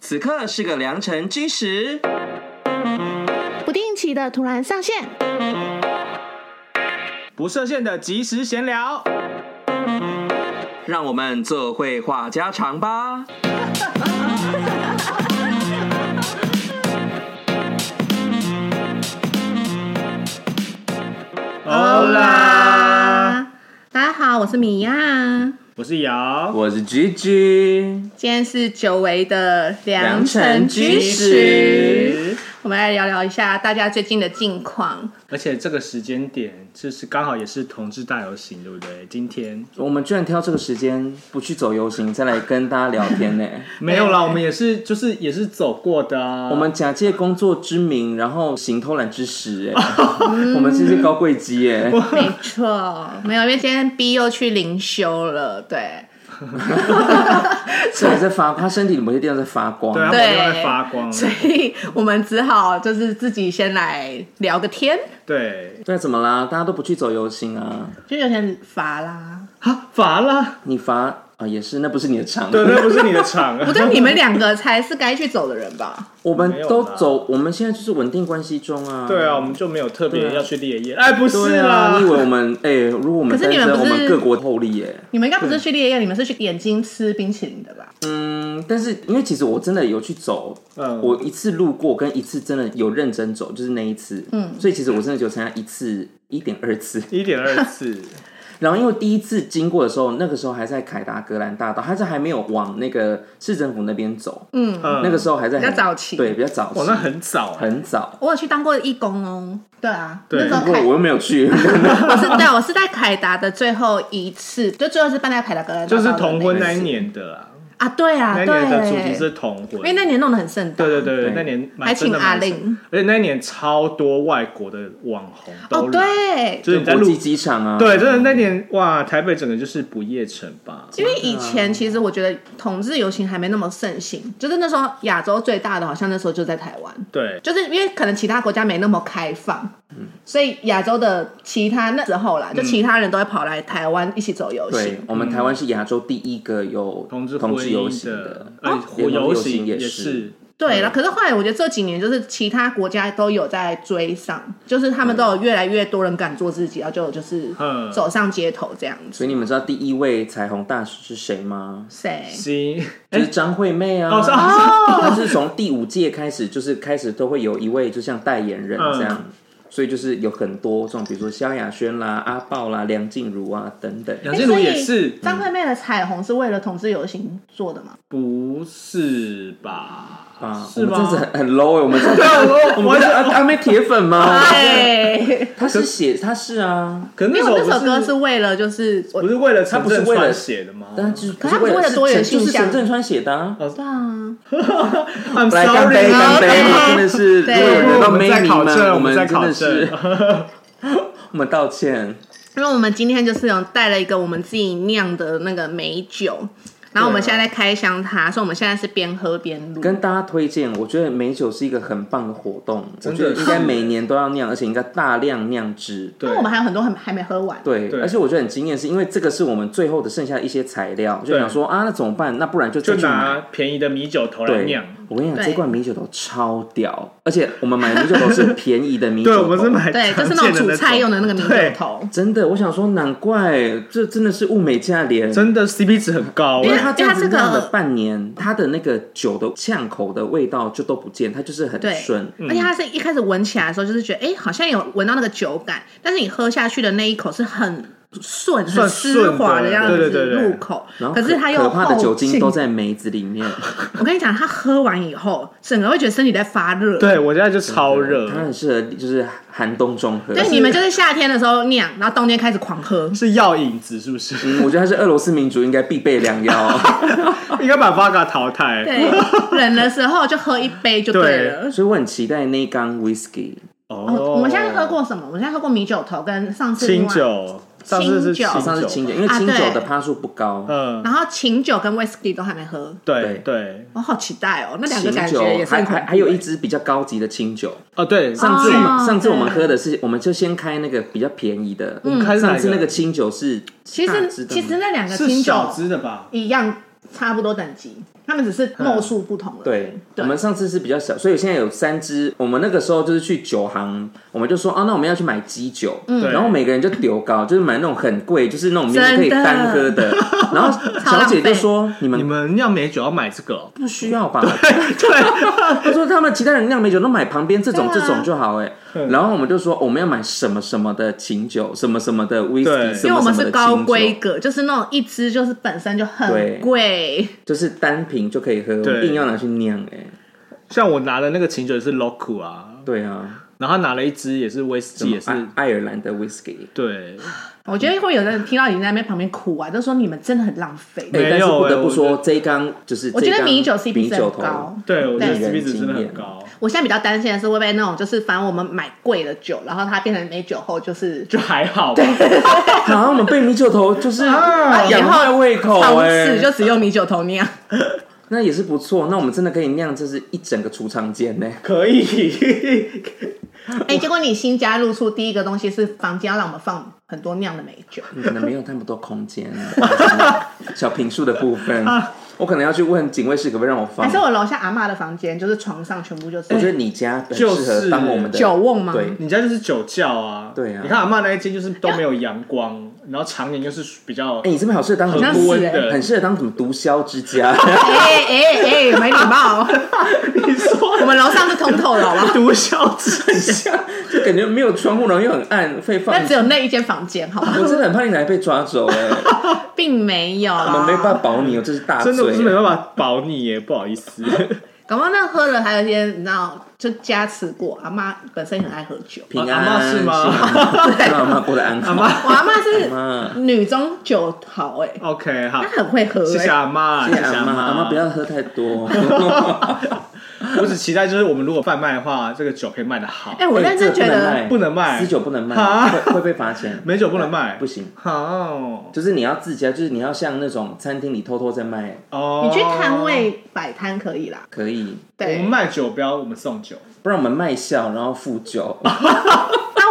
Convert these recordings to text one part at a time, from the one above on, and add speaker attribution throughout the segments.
Speaker 1: 此刻是个良辰吉时，
Speaker 2: 不定期的突然上线，
Speaker 3: 不设限的即时闲聊。
Speaker 1: 让我们做绘画家常吧。
Speaker 3: 欧啦，
Speaker 2: 大家好，我是米娅，
Speaker 3: 我是瑶，
Speaker 1: 我是 G G，
Speaker 2: 今天是久违的良
Speaker 1: 辰
Speaker 2: 辰
Speaker 1: 吉
Speaker 2: 居
Speaker 1: 时
Speaker 2: 时，
Speaker 3: 是
Speaker 2: 我们来聊聊一下大家最近的 近况。
Speaker 3: 而且这个时间点就是刚好也是同志大游行，对不对？今天
Speaker 1: 我们居然挑这个时间不去走游行，再来跟大家聊天 呢、
Speaker 3: 没有啦，我们也是就是也是走过的啊。
Speaker 1: 我们假借工作之名，然后行偷懒之实、 哎，我们这是高贵鸡哎、
Speaker 2: 没错，没有，因为今天 B 又去灵修了， 对，
Speaker 1: 是还在发，他身体里某些地方在发光。
Speaker 3: 对啊，我
Speaker 2: 对
Speaker 3: 们又在发光
Speaker 2: 所
Speaker 3: 了。
Speaker 2: 以我们只好就是自己先来聊个天，
Speaker 3: 对
Speaker 1: 对啊，怎么啦？大家都不去走游行啊？
Speaker 2: 就有点乏啦。
Speaker 3: 啊，乏了，
Speaker 1: 你发啊、也是，那不是你的场。
Speaker 3: 对，那不是你的场。啊
Speaker 2: 不对，你们两个才是该去走的人吧？
Speaker 1: 我们
Speaker 3: 没有
Speaker 1: 都
Speaker 3: 啦
Speaker 1: 走，我们现在就是稳定关系中啊。
Speaker 3: 对啊，我们就没有特
Speaker 1: 对啊
Speaker 3: 别要去烈焰。哎，不
Speaker 1: 对
Speaker 3: 是
Speaker 1: 啊，
Speaker 3: 啦
Speaker 1: 你以，为我们哎、如果我们
Speaker 2: 可是
Speaker 1: 单
Speaker 2: 你
Speaker 1: 身，
Speaker 2: 们不
Speaker 1: 我
Speaker 2: 是
Speaker 1: 们各国后例耶。
Speaker 2: 你们应该不是去烈焰，你们是去眼睛吃冰淇淋的吧？
Speaker 1: 嗯，但是因为其实我真的有去走，
Speaker 3: 嗯
Speaker 1: 我一次路过跟一次真的有认真走，就是那一次。嗯，所以其实我真的就参加一次一点二次。
Speaker 3: 一点二次，
Speaker 1: 然后因为第一次经过的时候，那个时候还在凯达格兰大道，还是还没有往那个市政府那边走。
Speaker 2: 嗯，
Speaker 3: 那
Speaker 1: 那个时候还在
Speaker 2: 比较
Speaker 1: 很
Speaker 2: 早期
Speaker 1: 对，比较早期，
Speaker 3: 哇，那很早哎。
Speaker 1: 很早。
Speaker 2: 我有去当过义工哦。对啊，
Speaker 3: 对
Speaker 2: 那时
Speaker 1: 不
Speaker 2: 候
Speaker 1: 过
Speaker 2: 凯
Speaker 1: 我又没有去，
Speaker 2: 我是对，我是在凯达的最后一次，就最后是办在凯达格兰大
Speaker 3: 就
Speaker 2: 道的
Speaker 3: 是
Speaker 2: 那一次，
Speaker 3: 同婚那一年的啦，
Speaker 2: 啊，对啊，
Speaker 3: 那一
Speaker 2: 对，
Speaker 3: 年的主题是同婚，
Speaker 2: 因为那年弄得很盛大，
Speaker 3: 对对对
Speaker 1: 对
Speaker 3: 对，那年蛮
Speaker 2: 还请
Speaker 3: 真的蛮
Speaker 2: 阿令
Speaker 3: 而且那一年超多外国的网红
Speaker 2: 哦
Speaker 3: 都来，
Speaker 2: 对，
Speaker 3: 就是啊你在
Speaker 1: 国
Speaker 3: 路
Speaker 1: 际机场啊，
Speaker 3: 对，真的那年哇，台北整个就是不夜城吧，
Speaker 2: 因为以前其实我觉得同志游行还没那么盛行，就是那时候亚洲最大的好像那时候就在台湾，
Speaker 3: 对，
Speaker 2: 就是因为可能其他国家没那么开放，
Speaker 3: 嗯
Speaker 2: 所以亚洲的其他那时候啦，就其他人都会跑来台湾一起走游
Speaker 1: 对
Speaker 2: 行。，
Speaker 1: 我们台湾是亚洲第一个有
Speaker 3: 同志
Speaker 1: 同
Speaker 3: 婚
Speaker 1: 志游
Speaker 3: 姻
Speaker 1: 行
Speaker 3: 的
Speaker 1: 的，，
Speaker 2: 哦
Speaker 3: 呃，
Speaker 1: 连同
Speaker 3: 游
Speaker 1: 游行
Speaker 3: 行
Speaker 1: 也
Speaker 3: 是，
Speaker 2: 对，然后可是后来我觉得这几年就是其他国家都有在追上，就是他们都有越来越多人敢做自己，然后就就是
Speaker 3: 嗯
Speaker 2: 走上街头这样
Speaker 1: 所
Speaker 2: 子。
Speaker 1: 以你们知道第一位彩虹大使是谁吗？
Speaker 2: 谁？
Speaker 3: 行，
Speaker 1: 就是张惠妹啊，
Speaker 3: 哦是
Speaker 1: 她是从第五届开始，就是开始都会有一位就像代言人这样，
Speaker 3: 嗯
Speaker 1: 所以就是有很多这种，比如说萧亚轩啦、阿豹啦、梁静茹啊等等。
Speaker 3: 梁静茹也是，
Speaker 2: 张惠妹的彩虹是为了同志游行做的吗？
Speaker 3: 不是吧
Speaker 1: 啊？，我
Speaker 3: 是
Speaker 1: 们真
Speaker 3: 吗
Speaker 1: 的 是？很很 low 哎、我们真的
Speaker 3: 对，
Speaker 1: 我
Speaker 3: 我我哦
Speaker 1: 们是阿阿妹铁粉吗？
Speaker 2: 对，
Speaker 1: 他是写，他是啊，
Speaker 3: 可
Speaker 2: 因
Speaker 3: 那
Speaker 2: 为我
Speaker 3: 首
Speaker 2: 那首歌是
Speaker 3: 不
Speaker 2: 为了就是我
Speaker 3: 不是为了
Speaker 1: 他
Speaker 3: 陈
Speaker 1: 不是
Speaker 3: 振
Speaker 1: 为了
Speaker 3: 川写的吗？
Speaker 1: 但就是
Speaker 2: 可他不是为了多元性
Speaker 1: 就是
Speaker 2: 向
Speaker 1: 陈振川写的啊。
Speaker 2: 对啊，
Speaker 3: I'm
Speaker 1: 来干
Speaker 3: sorry，
Speaker 1: 杯，干 杯！
Speaker 2: OK
Speaker 1: 我们真的是，如
Speaker 2: 对
Speaker 1: 果有人到
Speaker 3: 我们
Speaker 1: May
Speaker 3: 在
Speaker 1: 迷
Speaker 3: 考
Speaker 1: 们，
Speaker 3: 证，
Speaker 1: 我们
Speaker 3: 在
Speaker 1: 真
Speaker 3: 考
Speaker 1: 的是
Speaker 3: 证，，
Speaker 1: 我们道歉。
Speaker 2: 因为我们今天就是有带了一个我们自己酿的那个美酒，然后我
Speaker 3: 啊
Speaker 2: 们现在在开箱它，所以我们现在是边喝边录。
Speaker 1: 跟大家推荐，我觉得美酒是一个很棒的活动，我
Speaker 3: 真
Speaker 1: 觉
Speaker 3: 的
Speaker 1: 得应该
Speaker 3: 是
Speaker 1: 每年都要酿，而且应该大量酿制。
Speaker 2: 因
Speaker 3: 对
Speaker 2: 为我们还有很多很还没喝完，
Speaker 1: 对，
Speaker 3: 对
Speaker 1: 而且我觉得很惊艳，是因为这个是我们最后的剩下一些材料，就
Speaker 3: 对
Speaker 1: 想说啊，那怎么办？那不然就
Speaker 3: 就
Speaker 1: 再去买。
Speaker 3: 拿便宜的米酒头来
Speaker 1: 对
Speaker 3: 酿。，
Speaker 1: 我跟你讲，
Speaker 2: 对
Speaker 1: 这罐米酒头超屌，而且我们买的米酒头是便宜 的米酒
Speaker 3: 对，
Speaker 1: 头，
Speaker 3: 我们是买
Speaker 2: 对，
Speaker 3: 常
Speaker 2: 就是
Speaker 3: 见
Speaker 2: 那种
Speaker 3: 的
Speaker 2: 煮菜用的那个米酒
Speaker 3: 对，
Speaker 2: 头。
Speaker 1: 真的，我想说，难怪这真的是物美价廉，
Speaker 3: 真的 CP 值很高
Speaker 1: 因为
Speaker 3: 哎。
Speaker 1: 它这样子
Speaker 2: 因为它这个
Speaker 1: 酿了半年，它的那个酒的呛口的味道就都不见，它就是很
Speaker 2: 对，
Speaker 1: 顺。嗯
Speaker 2: 而且它是一开始闻起来的时候，就是觉得哎、诶好像有闻到那个酒感，但是你喝下去的那一口是很顺、很
Speaker 3: 算
Speaker 2: 丝滑
Speaker 3: 顺的
Speaker 2: 这样
Speaker 3: 对对
Speaker 2: 子
Speaker 3: 对对
Speaker 2: 入口，
Speaker 1: 然后
Speaker 2: 可是它又
Speaker 1: 可怕的
Speaker 2: 后
Speaker 1: 酒精
Speaker 2: 劲
Speaker 1: 都。在梅子里 面，
Speaker 2: 我跟你讲，它喝完以后，整个会觉得身体在发热。
Speaker 3: 对我现在就超
Speaker 1: 它
Speaker 3: 热，
Speaker 1: 很适合就是寒冬中喝。
Speaker 2: 呃对，你们就是夏天的时候酿，然后冬天开始狂喝。
Speaker 3: 是药引子是不是？
Speaker 1: 嗯我觉得它是俄罗斯民族应该必备良药。
Speaker 3: 应该把 Vaga 淘汰。
Speaker 2: 对，冷的时候就喝一杯就对了。
Speaker 1: 所以我很期待那一缸 whisky，
Speaker 2: 哦，我们现在喝过什么？我们现在喝过米酒头跟上次
Speaker 3: 清
Speaker 2: 另外，
Speaker 3: 酒，上次是
Speaker 2: 清酒
Speaker 1: 好像是清酒，因为
Speaker 2: 啊
Speaker 1: 清酒
Speaker 2: 对呃
Speaker 1: 的趴数不高。
Speaker 3: 嗯，
Speaker 2: 然后琴酒跟 whisky 都还没喝，
Speaker 3: 对
Speaker 1: 对
Speaker 3: 对，
Speaker 2: 我好期待哦。那两
Speaker 1: 清
Speaker 2: 个感
Speaker 1: 酒
Speaker 2: 觉也是
Speaker 1: 还
Speaker 2: 很恐
Speaker 1: 还
Speaker 2: 怖
Speaker 1: 还有一
Speaker 2: 欸
Speaker 1: 支比较高级的清酒，
Speaker 3: 哦对，
Speaker 1: 上次我们、
Speaker 2: 哦
Speaker 1: 上次我们
Speaker 2: 对嗯
Speaker 1: 喝的是，我们就先开那个比较便宜的，
Speaker 3: 开哪
Speaker 1: 上次那
Speaker 3: 个
Speaker 1: 个清酒是
Speaker 2: 其
Speaker 1: 大
Speaker 2: 实
Speaker 1: 支的
Speaker 2: 其实那两个
Speaker 3: 是
Speaker 2: 清酒
Speaker 3: 小支的吧？
Speaker 2: 一样差不多等级，他们只是墨数不同了。
Speaker 1: 嗯对，
Speaker 2: 对
Speaker 1: 我们上次是比较小，所以现在有三支。我们那个时候就是去酒行，我们就说啊，那我们要去买鸡酒，
Speaker 2: 嗯
Speaker 3: 对
Speaker 1: 然后每个人就丢高，就是买那种很贵，就是那种明明可以
Speaker 2: 真的
Speaker 1: 单喝的。然 后小姐就说：“你们
Speaker 3: 你们酿美酒要买这个哦、
Speaker 1: 不需要吧？”她说：“他们其他人酿美酒都买旁边这种、
Speaker 2: 对啊
Speaker 1: 这种就好。”哎，然后我们就说我们要买什么什么的琴酒，什么什么的 whisky，
Speaker 3: 对
Speaker 1: 什
Speaker 2: 因
Speaker 1: 么
Speaker 2: 为我
Speaker 1: 什
Speaker 2: 们
Speaker 1: 么
Speaker 2: 是
Speaker 1: 的
Speaker 2: 高
Speaker 1: 清酒，
Speaker 2: 规格，就是那种一支就是本身就
Speaker 1: 对
Speaker 2: 很贵，
Speaker 1: 就是单瓶就可以喝，我们
Speaker 3: 对
Speaker 1: 硬要拿去酿。哎，
Speaker 3: 像我拿的那个琴酒是 Loco 啊，
Speaker 1: 对啊，
Speaker 3: 然后他拿了一支也是威士忌，也是
Speaker 1: 什么哎爱爱尔兰的 whisky。
Speaker 3: 对，
Speaker 2: 我觉得会有人听到你在那边旁边哭啊，就说你们真的很浪费。
Speaker 1: 哎、
Speaker 3: 没有
Speaker 1: 但是不得
Speaker 3: 哎
Speaker 1: 不
Speaker 3: 我
Speaker 1: 说，这一缸就是
Speaker 2: 我觉
Speaker 1: 这一
Speaker 2: 得
Speaker 1: 缸
Speaker 2: 米
Speaker 1: 米
Speaker 2: 酒 CP 值
Speaker 1: 酒
Speaker 2: 很
Speaker 1: 头
Speaker 2: 高，
Speaker 3: 对，我觉得
Speaker 1: 令人
Speaker 3: CP 值真的
Speaker 1: 惊
Speaker 3: 很
Speaker 1: 艳
Speaker 3: 高。
Speaker 2: 我现在比较担心的是会不会那种就是反正我们买贵的酒，然后它变成美酒后就是
Speaker 3: 就还好吧，
Speaker 1: 然后我们被米酒头就是
Speaker 3: 啊
Speaker 2: 啊
Speaker 1: 养坏胃口
Speaker 2: 从
Speaker 1: 哎、
Speaker 2: 此就只用米酒头酿。
Speaker 1: 那也是不错。那我们真的可以酿，这是一整个储藏间呢、
Speaker 3: 可以。
Speaker 2: 哎、结果你新家入住第一个东西是房间要让我们放很多酿的美酒，
Speaker 1: 可能没有那么多空间， 小平数的部分，
Speaker 3: 啊
Speaker 1: 我可能要去问警卫室可不可以让我放
Speaker 2: 还是。我楼下阿嬷的房间，就是床上全部就是
Speaker 1: 我觉得你家很适
Speaker 3: 就
Speaker 1: 合
Speaker 3: 是
Speaker 1: 当我们的
Speaker 2: 哎酒瓮吗？
Speaker 1: 对，
Speaker 3: 你家就是酒窖啊，
Speaker 1: 对啊
Speaker 3: 你看阿嬷那一间就是都没有阳光，然后常年就是比较
Speaker 1: 哎、你这边好适合当什
Speaker 2: 像
Speaker 1: 么？
Speaker 3: 很温
Speaker 2: 是
Speaker 3: 的。
Speaker 1: 很适合当什么毒枭之家？
Speaker 2: 哎哎哎，没礼 貌，
Speaker 3: 你说
Speaker 2: 我们楼上是通透的好吧？
Speaker 3: 毒枭之下，
Speaker 1: 就感觉没有窗户，然后又很暗，会放
Speaker 2: 但。只有那一间房间，好 吧，
Speaker 1: 我真的很怕你来被抓走哎、
Speaker 2: 并没有
Speaker 1: 我
Speaker 2: 啦。
Speaker 1: 们没办法保你哦，这是大罪、
Speaker 3: 真的我是没办法保你耶，不好 意思。
Speaker 2: 搞不好那喝了还有一些，你知道，就加持过。阿妈本身也很爱喝酒，
Speaker 1: 平
Speaker 3: 啊
Speaker 1: 安、
Speaker 3: 阿嬷是吗
Speaker 1: 让阿妈过得安好。
Speaker 2: 我阿妈是
Speaker 1: 哎妈，
Speaker 2: 女中酒豪哎、
Speaker 3: OK，好
Speaker 2: 她，很会喝
Speaker 3: 谢
Speaker 2: 哎、
Speaker 3: 谢
Speaker 1: 啊
Speaker 3: 阿妈，
Speaker 1: 谢谢
Speaker 3: 阿
Speaker 1: 阿妈，
Speaker 3: 嬷
Speaker 1: 阿妈不。要喝太 多。
Speaker 3: 我只期待就是我们如果贩卖的话，这个酒可以卖的好
Speaker 2: 哎、，我认真觉得，
Speaker 1: 哎这个
Speaker 3: 不能卖
Speaker 1: 私酒 不能卖，
Speaker 3: 啊
Speaker 1: 会会被罚钱，
Speaker 3: 美酒不能卖，
Speaker 1: 不行。
Speaker 3: 好
Speaker 1: 就是你要自家，啊就是你要像那种餐厅里偷偷在卖，
Speaker 3: 哦。
Speaker 2: 你去摊，位摆摊可以啦。
Speaker 1: 可以，
Speaker 3: 我们
Speaker 2: 对，
Speaker 3: 卖酒标，我们送酒。
Speaker 1: 不然我们卖笑，然后付 酒。
Speaker 2: 那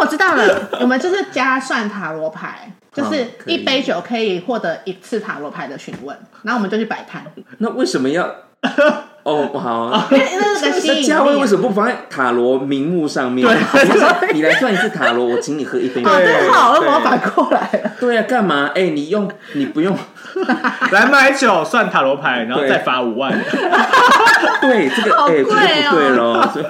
Speaker 2: 啊我知道了，我们就是加算塔罗牌，就是
Speaker 1: 嗯可以
Speaker 2: 一杯酒可以获得一次塔罗牌的询问，然后我们就去摆 摊，
Speaker 1: 那为什么 要？哦，好，
Speaker 2: 因为那个吸
Speaker 1: 那
Speaker 2: 引
Speaker 1: 价位
Speaker 2: 力啊
Speaker 1: 为。什么不放在塔罗名目上面？对， 你来算一次塔罗，我请你喝一杯。
Speaker 2: 哦，
Speaker 3: 对
Speaker 2: 真好，我
Speaker 3: 对
Speaker 2: 把它反过来了。
Speaker 1: 对啊，干嘛？哎，你用你不用
Speaker 3: 来买酒，算塔罗牌，然后再罚五万。
Speaker 1: 对，这个
Speaker 2: 好
Speaker 1: 哎、
Speaker 2: 贵
Speaker 1: 这个
Speaker 2: 哦
Speaker 1: 不对咯。所以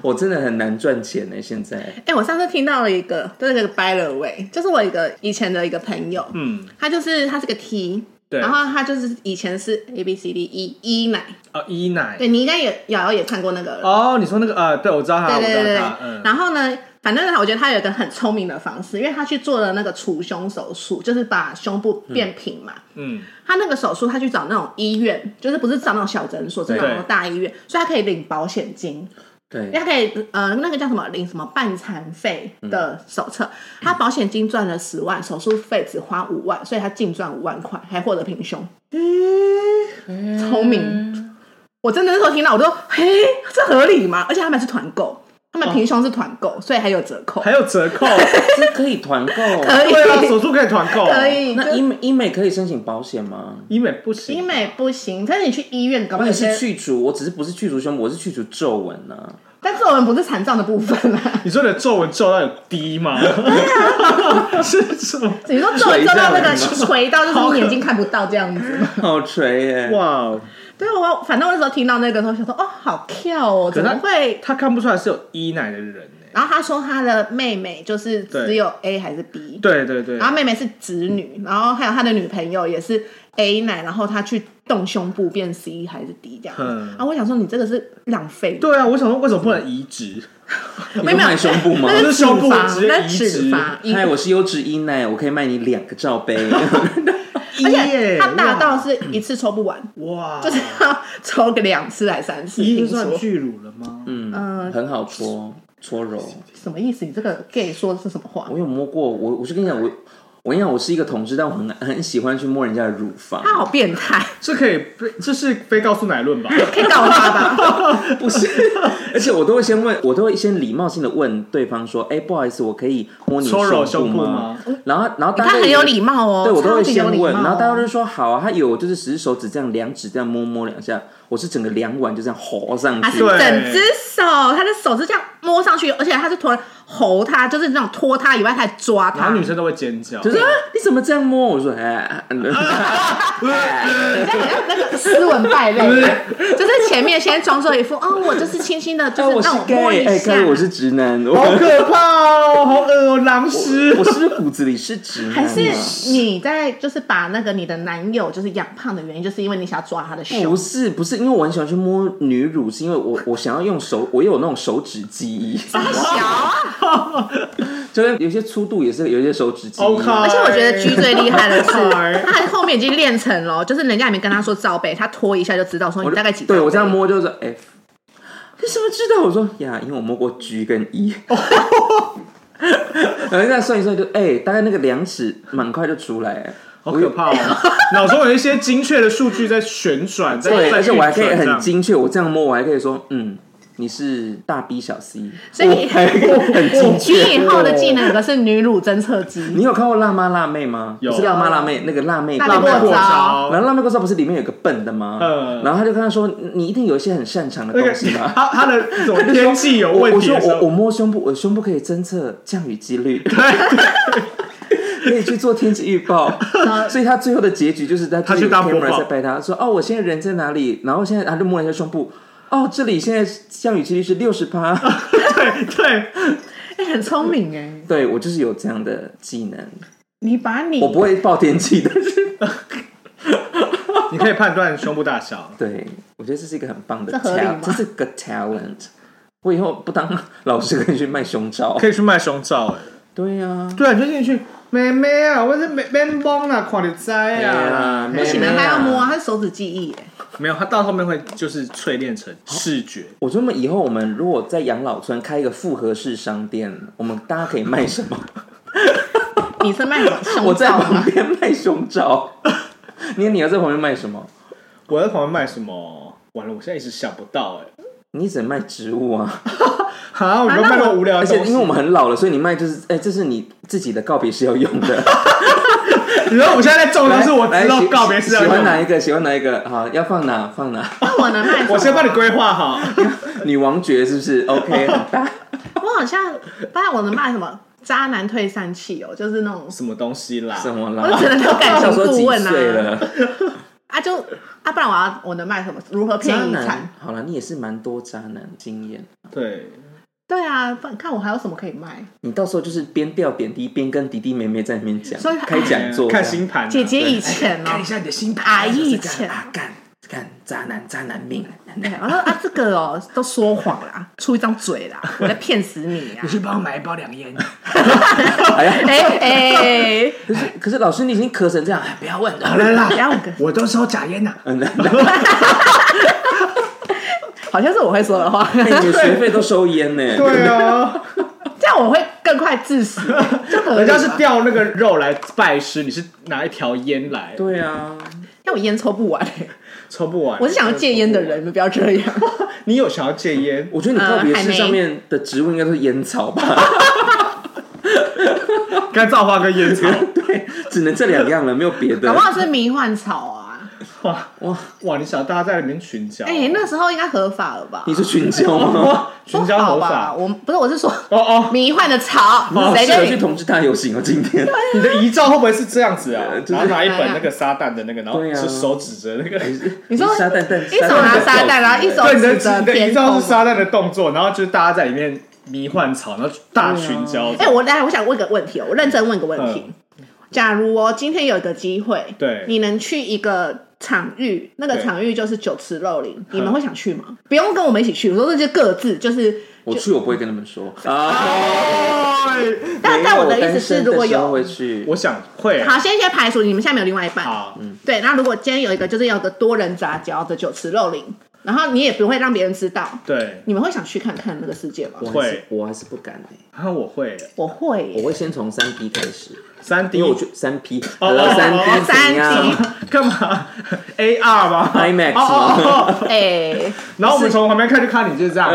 Speaker 1: 我真的很难赚钱呢、现在
Speaker 2: 哎、我上次听到了一个，就是这个 by the way，就是我一个以前的一个朋友，
Speaker 3: 嗯，
Speaker 2: 他就是他是个 T，
Speaker 3: 对。
Speaker 2: 然后他就是以前是 A B C D E E 奶，
Speaker 3: 哦，一奶。
Speaker 2: 对你应该也瑶瑶也看过那个，
Speaker 3: 哦，你说那个呃，对，我知道他，
Speaker 2: 对
Speaker 3: 我
Speaker 2: 对
Speaker 3: 知
Speaker 2: 对对
Speaker 3: 道
Speaker 2: 对
Speaker 3: 他。。嗯，
Speaker 2: 然后呢，反正我觉得他有一个很聪明的方式，因为他去做了那个除胸手术，就是把胸部变平嘛。
Speaker 3: 嗯，
Speaker 2: 他那个手术，他去找那种医院，就是不是找那种小诊所，是那种
Speaker 3: 对
Speaker 2: 大医院，所以他可以领保险金。因为
Speaker 1: 对
Speaker 2: 他可以呃那个叫什么领什么半残废的手册，
Speaker 1: 嗯
Speaker 2: 他保险金赚了十万，手术费只花五万，所以他净赚五万块，还获得平胸。
Speaker 1: 嗯
Speaker 2: 聪明，我真的那时候听到我都 嘿，这合理吗？而且他们还是团购，他们平胸是团购，
Speaker 1: 哦
Speaker 2: 所以还有折扣，
Speaker 3: 还有折扣，
Speaker 1: 这可以团购。
Speaker 2: 可以
Speaker 3: 对啊，手术可以团购，
Speaker 2: 可以。
Speaker 1: 那
Speaker 2: 这
Speaker 1: 医美医美可以申请保险吗？
Speaker 3: 医美不行，
Speaker 2: 医美不行，但是你去医院搞不
Speaker 1: 我
Speaker 2: 好
Speaker 1: 也
Speaker 2: 有
Speaker 1: 是
Speaker 2: 些，
Speaker 1: 去除，我只是不是去除胸部，我是去除皱纹呢。
Speaker 2: 但皱纹不是残障的部分啊。
Speaker 3: 你说你的皱纹皱到有低吗？
Speaker 2: 啊
Speaker 3: 是什么？
Speaker 2: 你说皱纹
Speaker 1: 垂
Speaker 2: 皱到
Speaker 1: 下
Speaker 2: 那
Speaker 1: 来
Speaker 2: 个
Speaker 1: 吗
Speaker 2: 垂到，就 是你眼睛看不到这样子。
Speaker 1: 好垂耶、
Speaker 3: 哇哦，
Speaker 2: 对，我反正我那时候听到那个时候，想说哦，好跳哦，怎
Speaker 3: 是
Speaker 2: 么
Speaker 3: 他
Speaker 2: 会？
Speaker 3: 他看不出来是有医奶的人呢。
Speaker 2: 然后他说他的妹妹就是只有 A 还是 B，
Speaker 3: 对对对
Speaker 2: 然，后妹妹是直女，然后还有他的女朋友也是 A 奶，然后他去动胸部变 C 还是 D 这样子。
Speaker 3: 嗯
Speaker 2: 然后我想说你这个是浪费，
Speaker 3: 对啊，我想说为什么不能移植？
Speaker 1: 你
Speaker 2: 没
Speaker 1: 有
Speaker 2: 有
Speaker 1: 卖胸 部吗？
Speaker 2: 那
Speaker 3: 就是是胸部
Speaker 2: 脂肪
Speaker 3: 直接
Speaker 2: 那
Speaker 3: 移
Speaker 2: 是
Speaker 3: 植
Speaker 2: 脂肪，移
Speaker 1: 嗨，我是优质医奶，我可以卖你两个罩杯。
Speaker 2: 而
Speaker 3: 耶
Speaker 2: 且他大到
Speaker 3: 哇哦
Speaker 2: 是一次抽不完，
Speaker 3: 哇，
Speaker 2: 就是要抽个两次还三次。
Speaker 3: 移就
Speaker 2: 听
Speaker 3: 算
Speaker 2: 说
Speaker 3: 巨乳了吗？
Speaker 1: 嗯，
Speaker 2: 嗯
Speaker 1: 很好搓搓揉。
Speaker 2: 什么意思？你这个 gay 说的是什么话？
Speaker 1: 我有摸过，我我就跟你讲，我我跟你讲，我是一个同志，但我很很喜欢去摸人家的乳房。
Speaker 2: 他好变态，
Speaker 3: 这可以被这是非告诉乃论吧？
Speaker 2: 可以告他 吧？
Speaker 1: 不是，而且我都会先问，我都会先礼貌性的问对方说：“哎、不好意思，我可以摸你
Speaker 3: 搓揉
Speaker 1: 胸
Speaker 3: 胸部
Speaker 1: 吗
Speaker 3: 吗？”
Speaker 1: 然后，然后大
Speaker 2: 哦他
Speaker 1: 家
Speaker 2: 很
Speaker 1: 以为
Speaker 2: 有礼貌哦，
Speaker 1: 对我都会
Speaker 2: 超级有
Speaker 1: 先
Speaker 2: 礼貌
Speaker 1: 问，然后大家
Speaker 2: 哦
Speaker 1: 都说好啊，他有就是只是手指这样两指这样摸摸两下，我是整个两碗就这样吼上
Speaker 2: 他
Speaker 1: 去
Speaker 2: 啊
Speaker 3: 对
Speaker 2: 是，整只手，他的手是这样摸上去，而且他是突然吼他，就是那种拖他以外，他还抓
Speaker 3: 然
Speaker 2: 他
Speaker 3: 后。女生都会尖叫，
Speaker 1: 就是、啊、你怎么这样摸？我说哎，
Speaker 2: 啊你这样很像那个斯文败类，就是前面先装作一副哦，我就是轻轻的，就
Speaker 1: 哎
Speaker 2: 是
Speaker 1: 我是
Speaker 2: 那种摸
Speaker 1: gay，
Speaker 2: 一
Speaker 1: 哎，
Speaker 2: 下
Speaker 1: 看，我是直男，我
Speaker 3: 好可怕哦，好恶哦，狼师
Speaker 1: 我。是不是骨子里是直男啊？
Speaker 2: 还是你在就是把那个你的男友就是养胖的原因，就是因为你想要抓他的
Speaker 1: 不
Speaker 2: 胸，
Speaker 1: 哦是不是，因为我很喜欢去摸女乳，是因为我我想要用手，我有那种手指记 忆，
Speaker 2: 他小啊。
Speaker 1: 就是有些粗度也是有一些手指啊记忆。
Speaker 3: OK
Speaker 2: 而且我觉得 G 最厉 害的是，
Speaker 3: 哎
Speaker 2: 他后面已经练成了，就是人家也没跟他说罩杯，他拖一下就知道说
Speaker 1: 我
Speaker 2: 你
Speaker 1: 就
Speaker 2: 大概几。
Speaker 1: 对我这样，摸就是 F，你怎么知道？我说呀，因为我摸过 G 跟 E。然后这样算一算就，哎，大概那个两尺蛮快就出来，
Speaker 3: 好可怕哦！ 脑中有一些精确的数据在旋转，在
Speaker 1: 对，
Speaker 3: 在
Speaker 1: 而且我还可以
Speaker 3: 运转这
Speaker 1: 很
Speaker 3: 样
Speaker 1: 精确，我这样摸我还可以说，嗯，你是大 B 小 C，
Speaker 2: 所以
Speaker 1: 我还可以很精
Speaker 2: 你
Speaker 1: 确。
Speaker 2: 以后的技能有个是女乳侦测机，
Speaker 1: 你有看过辣妈辣妹吗？
Speaker 3: 有
Speaker 1: 不是辣妈辣妹，那个辣妹
Speaker 2: 辣
Speaker 1: 辣
Speaker 2: 妹
Speaker 1: 妹
Speaker 2: 过招
Speaker 1: 然后辣妹过招不是里面有个笨的吗？
Speaker 3: 嗯
Speaker 1: 然后他就跟他说，你一定有一些很擅长的
Speaker 3: 那
Speaker 1: 东
Speaker 3: 个
Speaker 1: 西吧？
Speaker 3: 他他的这种 天际有
Speaker 1: 我
Speaker 3: 问
Speaker 1: 我
Speaker 3: 题
Speaker 1: 说
Speaker 3: 的时
Speaker 1: 我我
Speaker 3: 候，
Speaker 1: 摸胸部，我胸部可以侦测降雨几率， 可以去做天气预报。所以他最后的结局就是在
Speaker 3: 他去当播
Speaker 1: camera
Speaker 3: 报
Speaker 1: 在拍他说：“哦，我现在人在哪里？”然后现在他就摸了一下胸部，哦，这里现在降雨几率是六十趴。
Speaker 3: 对对，
Speaker 2: 哎，很聪明哎。
Speaker 1: 对我就是有这样的技能，
Speaker 2: 你把你
Speaker 1: 我不会报天气的。
Speaker 3: 你可以判断胸部大小。
Speaker 1: 对，我觉得这是一个很棒的
Speaker 2: 这合理
Speaker 1: talent，
Speaker 2: 吗
Speaker 1: 这是个 talent。我以后不当老师，可以去卖胸罩
Speaker 3: 可。以去卖胸罩哎、
Speaker 1: 对呀、
Speaker 3: 对啊，你就进去，妹妹啊，我是妹妹帮啦，看你在啊，
Speaker 1: 妹妹
Speaker 2: 不
Speaker 1: 啊
Speaker 2: 行
Speaker 1: 妹
Speaker 2: 的，
Speaker 1: 妹
Speaker 2: 他
Speaker 1: 啊
Speaker 2: 要摸啊，他是手指记忆哎。
Speaker 3: 没有，他到后面会就是淬炼成视觉，
Speaker 1: 我觉得我们以后我们如果在养老村开一个复合式商店，我们大家可以卖什 么？
Speaker 2: 你是卖什 么胸
Speaker 3: 啊
Speaker 1: 我在
Speaker 2: 罩
Speaker 1: 旁
Speaker 2: 吗？
Speaker 1: 边卖胸罩，你你要在旁边卖什么？
Speaker 3: 我在旁边卖什么？完了，我现在一直想不到哎、
Speaker 1: 你只能卖植物啊，
Speaker 3: 好，我就啊卖那么无聊
Speaker 1: 而
Speaker 3: 的
Speaker 1: 且
Speaker 3: 东西。
Speaker 1: 因为我们很老了，所以你卖就是，哎、这是你自己的告别式要用 的。
Speaker 3: 你知道我现在在种的是我
Speaker 1: 来
Speaker 3: 知道告别式要
Speaker 1: 喜欢
Speaker 3: 用
Speaker 1: 哪
Speaker 3: 的，
Speaker 1: 一个？喜欢哪一个？好，要放哪？放哪？
Speaker 2: 那我能卖什么？
Speaker 3: 我先帮你规划好。
Speaker 1: 女王爵是不是？OK，很 大。
Speaker 2: 我好像，当然我能卖什么渣男退散器哦，就是那种，
Speaker 3: 什么东西啦？
Speaker 1: 什么啦？
Speaker 2: 我就只能当感
Speaker 1: 想
Speaker 2: 情
Speaker 1: 说
Speaker 2: 顾
Speaker 1: 几
Speaker 2: 问
Speaker 1: 岁
Speaker 2: 啊。
Speaker 1: 了？
Speaker 2: 啊就啊，不然我要我能卖什么？如何骗
Speaker 1: 渣
Speaker 2: 遗
Speaker 1: 男
Speaker 2: 产？，
Speaker 1: 好了，你也是蛮多渣男经验。
Speaker 3: 对，
Speaker 2: 对啊，不然看我还有什么可以卖？
Speaker 1: 你到时候就是边掉点滴边跟弟弟妹妹在那边讲
Speaker 2: 所以，
Speaker 1: 开讲座，
Speaker 3: 看星盘啊、
Speaker 2: 姐姐以前哦，
Speaker 1: 下你的星
Speaker 2: 阿姨以前。
Speaker 1: 啊，干干渣男渣男命，
Speaker 2: 对，我说啊，这个哦，都说谎啦，出一张嘴啦，我在骗死你啊！
Speaker 3: 帮我买一包两烟。
Speaker 1: 哎呀，
Speaker 3: 啊
Speaker 2: 哎哎，
Speaker 1: 可是可是老师你已经咳成这样，哎不要问了，好
Speaker 3: 来啦，
Speaker 2: 然后我跟
Speaker 3: 我都收假烟呐。 啊
Speaker 2: 好像是我会说的话，
Speaker 1: 你的学费都收烟呢，
Speaker 3: 对 啊，
Speaker 2: 这样我会更快 致死。这合理
Speaker 3: 人家是
Speaker 2: 吗
Speaker 3: 掉那个肉来拜师，你是拿一条烟来，
Speaker 1: 对啊，
Speaker 2: 但我烟抽不完、
Speaker 3: 抽不完。
Speaker 2: 我是想要戒烟的人，你们不要这样。
Speaker 3: 你有想要戒烟？
Speaker 1: 我觉得你
Speaker 2: 呃
Speaker 1: 告别
Speaker 2: 还
Speaker 1: 式
Speaker 2: 没
Speaker 1: 上面的植物应该都是烟草吧，
Speaker 3: 干燥花跟烟草，
Speaker 1: 对，只能这两样了，没有别
Speaker 2: 搞
Speaker 1: 的
Speaker 2: 不。好是迷幻草啊！
Speaker 3: 哇
Speaker 1: 哇
Speaker 3: 哇哇！你想大家在里面群交？
Speaker 2: 哎、那时候应该合法了吧？
Speaker 1: 你是群交 吗？
Speaker 3: 群交
Speaker 2: 好
Speaker 3: 合
Speaker 2: 吧？
Speaker 3: 法？
Speaker 2: 我不是，我是说
Speaker 3: 哦哦，
Speaker 2: 迷幻的草，谁
Speaker 1: 适合去
Speaker 2: 跟你？啊
Speaker 1: 同志大游行哦，今天。
Speaker 3: 你的遗照会不会是这样子啊
Speaker 1: 呃就？是
Speaker 3: 然后拿一本那个撒旦的那个，然后
Speaker 1: 对啊
Speaker 3: 是手指着那个。
Speaker 2: 你说
Speaker 1: 沙蛋蛋，
Speaker 2: 一手拿撒旦然后一手
Speaker 3: 对，你的
Speaker 2: 手指着
Speaker 3: 你的
Speaker 2: 天
Speaker 3: 遗照
Speaker 2: 空
Speaker 3: 是撒旦的动作，然后就是大家在里面迷幻草，然后大群交。
Speaker 2: 哎、我来，我想问个问题哦，我认真问个问题。假如哦，今天有一个机会，
Speaker 3: 嗯对
Speaker 2: 你能去一个场域，那个
Speaker 3: 对嗯
Speaker 2: 场域就是酒池肉林，你们会想去吗？不用跟我们一起去，我说这就各自就是。
Speaker 1: 我去，我不会跟他们说啊。
Speaker 3: 哎
Speaker 2: 但但我的意思
Speaker 1: 单身
Speaker 2: 是，如果
Speaker 1: 时候
Speaker 2: 有
Speaker 1: 会去，
Speaker 3: 我想会啊
Speaker 2: 好，先先
Speaker 1: 嗯
Speaker 2: 排除你们现在没有另外一半，
Speaker 3: 好，
Speaker 2: 对，那如果今天有一个就是有个多人杂交的酒池肉林，然后你也不会让别人知道。
Speaker 3: 对，
Speaker 2: 你们会想去看看那个世界吗？
Speaker 1: 我
Speaker 3: 会
Speaker 1: 还是我还是不敢哎、
Speaker 3: 然后我会
Speaker 2: 我会耶，
Speaker 1: 我会先从三 P 开始，
Speaker 3: 三 D，
Speaker 1: 因为我觉得三 P
Speaker 3: 哦
Speaker 1: 和三
Speaker 3: 哦
Speaker 1: D
Speaker 3: 哦
Speaker 1: 怎样
Speaker 3: 干嘛 AR 吧
Speaker 1: IMAX
Speaker 3: 哦哦哦，
Speaker 2: 哎、
Speaker 3: 然后我们从旁边看就看你就是这样，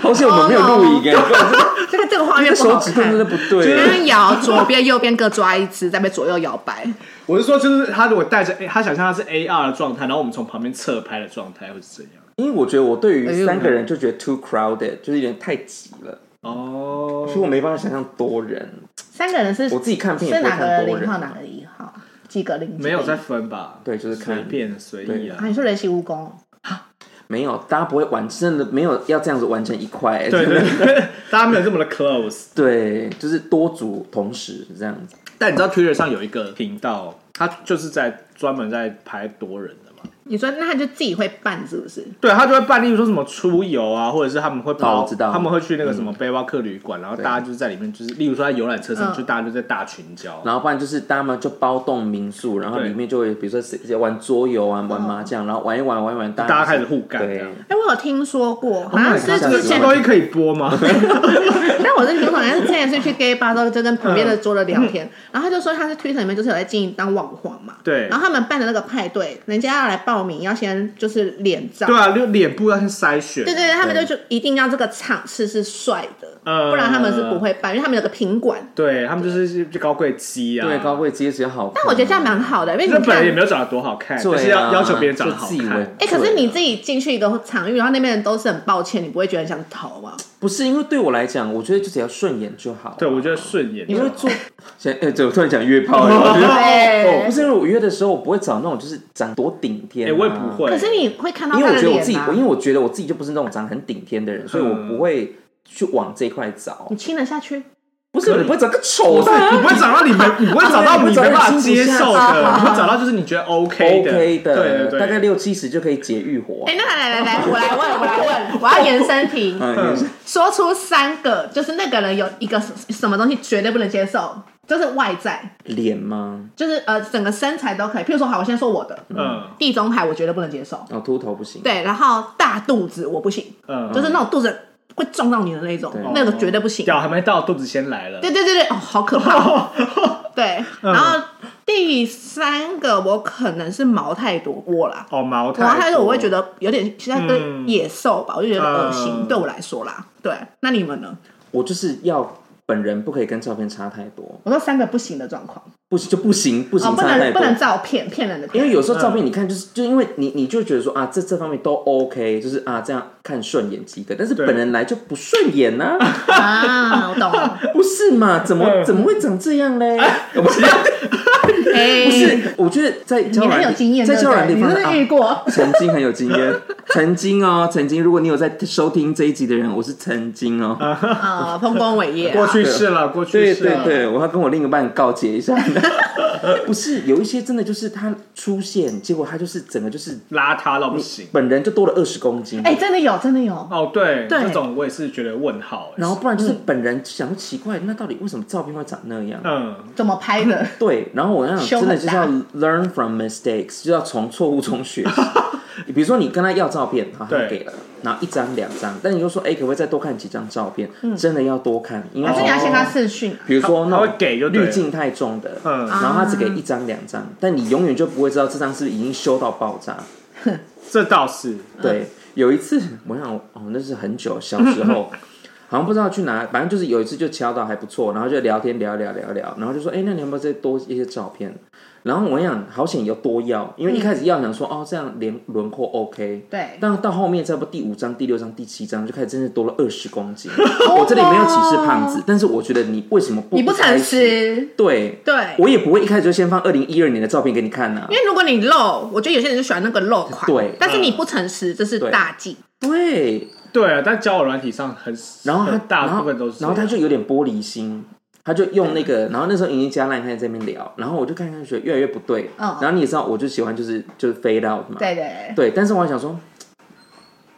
Speaker 1: 好险我们没有录影哎，不然
Speaker 2: 这个这个画面
Speaker 1: 这
Speaker 2: 不好
Speaker 1: 手指头
Speaker 2: 看
Speaker 1: 真。的不
Speaker 2: 这
Speaker 1: 对。
Speaker 2: 边摇左边右边各抓一只，在被左右摇摆。
Speaker 3: 我是说就是他如果带着他想象他是 AR 的状态，然后我们从旁边侧拍的状态会是怎样？
Speaker 1: 因为我觉得我对
Speaker 2: 哎
Speaker 1: 于
Speaker 2: 呦
Speaker 1: 三个人就觉得 too crowded，就是有点太挤了，
Speaker 3: 哦，
Speaker 1: 所以我没办法想象多人。
Speaker 2: 三个人是
Speaker 1: 我自己看片也
Speaker 2: 是
Speaker 1: 不会
Speaker 2: 哪个
Speaker 1: 看多
Speaker 2: 零号
Speaker 1: 人，
Speaker 2: 哪个一号？几个零？
Speaker 3: 没有再分吧？
Speaker 1: 对就是看
Speaker 3: 随便随意啊
Speaker 2: 啊？。你说人形蜈蚣哦？
Speaker 1: 没有，大家不会完真的没有要这样子完成一块、欸，
Speaker 3: 对对 对，大家没有这么的 close。
Speaker 1: 对，就是多组同时这样子。
Speaker 3: 但你知道 Twitter 上有一个频道，他就是在专门在拍多人的嘛？
Speaker 2: 你说那他就自己会办是不是？
Speaker 3: 对，他就会办，例如说什么出游啊，或者是他们会
Speaker 1: 哦
Speaker 3: 跑，
Speaker 1: 我知道嗯
Speaker 3: 他们会去那个什么背包客旅馆，然后大家就在里面，就是例如说在游览车上，
Speaker 2: 嗯
Speaker 3: 就大家就在大群交。
Speaker 1: 然后不然就是他们就包栋民宿，然后
Speaker 3: 对
Speaker 1: 里面就会比如说谁玩桌游啊，玩麻将，然后玩一玩玩一玩，大
Speaker 3: 大家
Speaker 1: 家
Speaker 3: 开始互干这
Speaker 1: 对哦
Speaker 3: 样，
Speaker 2: 哎，我有听说过，好像
Speaker 1: Oh my
Speaker 2: 是
Speaker 1: god，
Speaker 3: 这个
Speaker 2: 之
Speaker 3: 这
Speaker 2: 前
Speaker 3: 个东西可以 播吗？
Speaker 2: 但我是听懂，好像是之前是去 gay bar 之后，就跟旁边的桌的聊
Speaker 1: 嗯
Speaker 2: 天，然后他就说他是 Twitter 里面就是有在经营当网红嘛，
Speaker 3: 对
Speaker 2: 然后他们办的那个派对，人家要来报名，要先就是脸照，
Speaker 3: 对啊，就脸部要先筛选。
Speaker 2: 对对对，他们就就一定要这个场次是帅的，
Speaker 3: 嗯
Speaker 1: 呃
Speaker 2: 不然他们是不会办，因为他们有个品管。
Speaker 3: 对他们就是就高贵鸡啊，
Speaker 1: 对高。贵阶级好看。
Speaker 2: 但我觉得这样蛮好的，因为
Speaker 3: 日
Speaker 2: 哎你
Speaker 3: 本人也
Speaker 2: 看
Speaker 3: 没。有长得多好看，
Speaker 1: 对啊
Speaker 3: 就是要要求别人长得
Speaker 1: 就
Speaker 3: 好
Speaker 1: 自以为
Speaker 3: 看。
Speaker 2: 哎、可是你自己进去一个场域，然后那边人都是很抱歉，你不会觉得很想逃吗？
Speaker 1: 不是因为对我来讲，我觉得就只要顺眼就好。
Speaker 3: 对，我觉得顺眼。
Speaker 1: 因为做，现在哎，对我突然讲约炮 了。哦
Speaker 2: 对
Speaker 1: 不是因为我约的时候，我不会找那种就是长多顶天、
Speaker 3: 哎，
Speaker 1: 啊，
Speaker 3: 我也不。会。
Speaker 2: 可是你会看到
Speaker 1: 因为
Speaker 2: 他
Speaker 1: 我
Speaker 2: 的
Speaker 1: 觉得我
Speaker 2: 脸
Speaker 1: 自己，
Speaker 2: 啊
Speaker 1: 我因为我觉得我自己就不是那种长很顶天的人，所以
Speaker 3: 嗯
Speaker 1: 我不会去往这一块找
Speaker 2: 你。亲得下去？
Speaker 1: 不是，你不会找个
Speaker 3: 不
Speaker 1: 丑
Speaker 3: 是
Speaker 1: 的啊
Speaker 3: 你不会找到你没，你不会找到你没办法接受的，
Speaker 1: 啊
Speaker 3: 你会找到就是你觉得 OK 的
Speaker 1: ，OK 的，
Speaker 3: 对对对，
Speaker 1: 大概六七十就可以解欲火啊
Speaker 2: 哎、。那来来来来，我来问，我来问，我要延伸题，
Speaker 1: 嗯，
Speaker 2: 说出三个，就是那个人有一个什什么东西绝对不能接受，就是外在，
Speaker 1: 脸吗？
Speaker 2: 就是呃整个身材都可以。譬如说，好，我先说我的
Speaker 3: 嗯
Speaker 2: 地中海，我绝对不能接受。
Speaker 1: 哦，秃头不行。
Speaker 2: 对，然后大肚子我不行，
Speaker 3: 嗯，
Speaker 2: 就是那种肚子会撞到你的那种
Speaker 1: 对，
Speaker 2: 那个绝对不行。
Speaker 3: 屌还没到，肚子先来了。
Speaker 2: 对对对对，哦，好可怕。 对，然后第三个我可能是毛太多过啦。
Speaker 3: 哦，毛
Speaker 2: 毛太
Speaker 3: 太
Speaker 2: 多
Speaker 3: 多
Speaker 2: 我会觉得有点像跟
Speaker 3: 嗯
Speaker 2: 野兽吧，我就觉得恶心，
Speaker 3: 嗯
Speaker 2: 对我来说啦。对，那你们呢？
Speaker 1: 我就是要本人不可以跟照片差太多，
Speaker 2: 我说三个不行的状况，
Speaker 1: 不行就不行，不
Speaker 2: 哦，
Speaker 1: 行
Speaker 2: 不
Speaker 1: 差太
Speaker 2: 能不
Speaker 1: 多。
Speaker 2: 能照片骗人的
Speaker 1: 因
Speaker 2: 片，
Speaker 1: 为有时候照片你看就是、就因为你你就觉得说啊这这方面都 OK，就是啊这样看顺眼即可，但是
Speaker 3: 对
Speaker 1: 本人来就不顺眼呐、 啊，
Speaker 2: 啊，我 懂了。
Speaker 1: 不是嘛？怎么
Speaker 3: 嗯
Speaker 1: 怎么会长这样嘞？不是
Speaker 2: 啊哎，
Speaker 1: 不是，我觉得在
Speaker 2: 你
Speaker 1: 交友
Speaker 2: 很
Speaker 1: 软
Speaker 2: 有经验，
Speaker 1: 在
Speaker 2: 对
Speaker 1: 交
Speaker 2: 不
Speaker 1: 友
Speaker 2: 对
Speaker 1: 软件
Speaker 2: 你
Speaker 1: 方
Speaker 2: 真
Speaker 1: 面
Speaker 2: 的
Speaker 1: 啊
Speaker 2: 遇过？
Speaker 1: 曾经很有经验，曾经哦，曾经，如果你有在收听这一集的人，我是曾经哦，
Speaker 2: 啊，丰功伟业啊。
Speaker 3: 过去式了，过去
Speaker 1: 对
Speaker 3: 式
Speaker 1: 对
Speaker 3: 了。
Speaker 1: 对，我要跟我另一半告诫一下， 不是有一些真的就是他出现，结果他就是整个就是
Speaker 3: 邋遢到不行。
Speaker 1: 本人就多了二十公斤，
Speaker 2: 哎，真的有，真的有。
Speaker 3: 哦，对，
Speaker 2: 对
Speaker 3: 这种我也是觉得问号。哎
Speaker 1: 然后不然就是
Speaker 2: 嗯
Speaker 1: 本人想说奇怪，那到底为什么照片会长那样？
Speaker 3: 嗯，
Speaker 2: 怎么 拍的？
Speaker 1: 对，然后我那
Speaker 2: 胸
Speaker 1: 种真
Speaker 2: 很
Speaker 1: 的就是要
Speaker 2: 大
Speaker 1: learn from mistakes，就要从错误中学习。 你比如说你跟他要照片，好，他
Speaker 3: 对
Speaker 1: 给了，然后一张两张，但你就说，哎、可不可以再多看几张照片？真的要多看，因为
Speaker 2: 嗯还是你要先跟他
Speaker 1: 哦
Speaker 2: 视讯啊？
Speaker 1: 比如说
Speaker 3: 他
Speaker 1: 那
Speaker 3: 他
Speaker 1: 种
Speaker 3: 会给就对了
Speaker 1: 滤镜太重的，
Speaker 3: 嗯
Speaker 1: 然后他只给一张两
Speaker 2: 啊
Speaker 1: 张，但你永远就不会知道这张是不是已经修到爆炸。
Speaker 3: 这倒是
Speaker 2: 嗯
Speaker 1: 对，有一次我想哦，那是很久小时 候，好像不知道去哪，反正就是有一次就敲到还不错，然后就聊天聊一聊聊一聊，然后就说，哎、那你要不要再多一些照片？然后我想好险有多要，因为一开始要想说、哦这样连轮廓 OK，
Speaker 2: 嗯对
Speaker 1: 但到后面差不多第五章、第六章、第七章就开始真的多了二十公 斤。我这里没有歧视胖子，但是我觉得你为什么不
Speaker 2: 哦你不
Speaker 1: 一开
Speaker 2: 诚
Speaker 1: 始？
Speaker 2: 实，
Speaker 1: 对，
Speaker 2: 对。
Speaker 1: 我也不会一开始就先放二零一二年的照片给你看呐、
Speaker 2: 因为如果你露，我觉得有些人就喜欢那个露款，
Speaker 1: 对
Speaker 2: 但是你不诚实，这是大忌。
Speaker 1: 对，
Speaker 3: 对啊，但交友软体上很，
Speaker 1: 然后他
Speaker 3: 很 大
Speaker 1: 然后
Speaker 3: 部分都是这嗯
Speaker 1: 然
Speaker 3: 样，
Speaker 1: 后他就有点玻璃心，他就用那个，然后那时候莹莹加烂，他在那边聊，然后我就看看觉得越来越不对，
Speaker 2: 嗯
Speaker 1: 然后你也知道，我就喜欢就是就是 fade out 嘛，
Speaker 2: 对对
Speaker 1: 对，但是我还想说，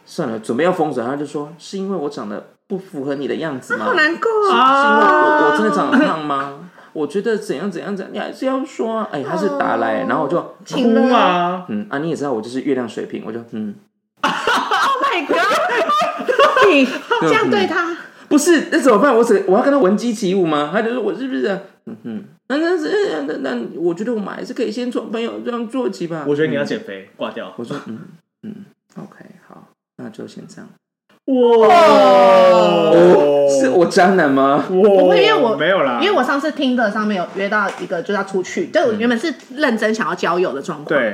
Speaker 1: 算了，准备要封锁，他就说是因为我长得不符合你的样子
Speaker 2: 对，
Speaker 1: 吗？
Speaker 2: 好
Speaker 1: 是因为
Speaker 2: 难过啊！
Speaker 1: 我我真的长得胖吗？我觉得怎样怎样怎样，你还是要
Speaker 2: 哦
Speaker 1: 说啊，哎，他是打来，然后我就
Speaker 2: 请
Speaker 3: 哭？啊，
Speaker 1: 嗯啊，你也知道我就是月亮水瓶，我就嗯
Speaker 2: Oh my god！你这样对他，
Speaker 1: 不是，那怎么办？我只我要跟他闻鸡起舞吗？他就说我是不是、啊？嗯嗯，那那是那那，那我觉得我们还是可以先从朋友这样做起吧。
Speaker 3: 我觉得你要减肥，挂掉。
Speaker 1: 我说嗯嗯，OK，好，那就先这样。
Speaker 2: 哦
Speaker 3: 哇
Speaker 1: 是我渣男吗？
Speaker 2: 不会因为我
Speaker 3: 没有啦，
Speaker 2: 因为我上次听的上面有约到一个就是要出去，就我原本是认真想要交友的状况。
Speaker 3: 对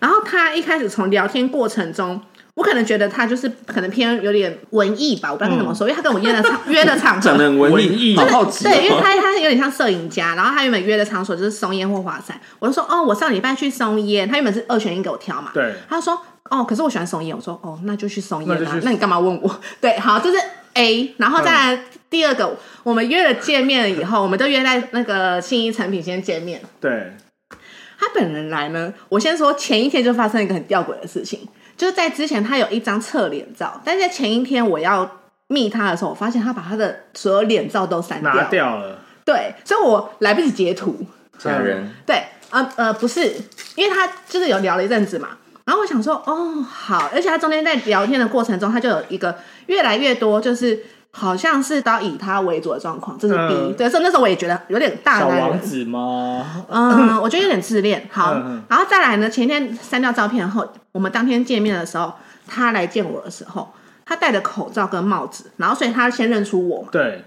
Speaker 2: 然后他一开始从聊天过程中，我可能觉得他就是可能偏有点文艺吧，我不知道他怎么说，因为他跟我约的场约 的场
Speaker 1: 长
Speaker 2: 合
Speaker 1: 得。很文
Speaker 3: 文艺
Speaker 1: 好
Speaker 3: 就是
Speaker 1: 好奇、哦。
Speaker 2: 对，因为他他有点像摄影家，然后他原本约的场所就是松烟或华山，我就说哦，我上礼拜去松烟，他原本是二选一给我挑嘛，
Speaker 3: 对
Speaker 2: 他就说哦，可是我喜欢松烟，我说哦，那就去松烟
Speaker 3: 那就
Speaker 2: 啊
Speaker 3: 去，
Speaker 2: 那你干嘛问我？对，好，这是 A，然后再来第二个，我们约了见面以后，我们就约在那个信义成品先见面，
Speaker 3: 对，
Speaker 2: 他本人来呢，我先说前一天就发生一个很吊诡的事情，就是在之前他有一张侧脸照，但是在前一天我要密他的时候，我发现他把他的所有脸照都删
Speaker 3: 拿掉了，嗯
Speaker 2: 对，所以我来不及截图。
Speaker 1: 假人，
Speaker 2: 对，呃呃，不是，因为他就是有聊了一阵子嘛。然后我想说，哦，好，而且他中间在聊天的过程中，他就有一个越来越多，就是好像是都要以他为主的状况，这是 B、
Speaker 3: 嗯
Speaker 2: 对，所以那时候我也觉得有点大
Speaker 3: 小
Speaker 2: 男
Speaker 3: 王
Speaker 2: 人
Speaker 3: 子吗？
Speaker 2: 嗯，我觉得有点自恋。好
Speaker 3: 嗯嗯，
Speaker 2: 然后再来呢，前天删掉照片后，我们当天见面的时候，他来见我的时候，他戴着口罩跟帽子，然后所以他先认出我嘛，
Speaker 3: 对，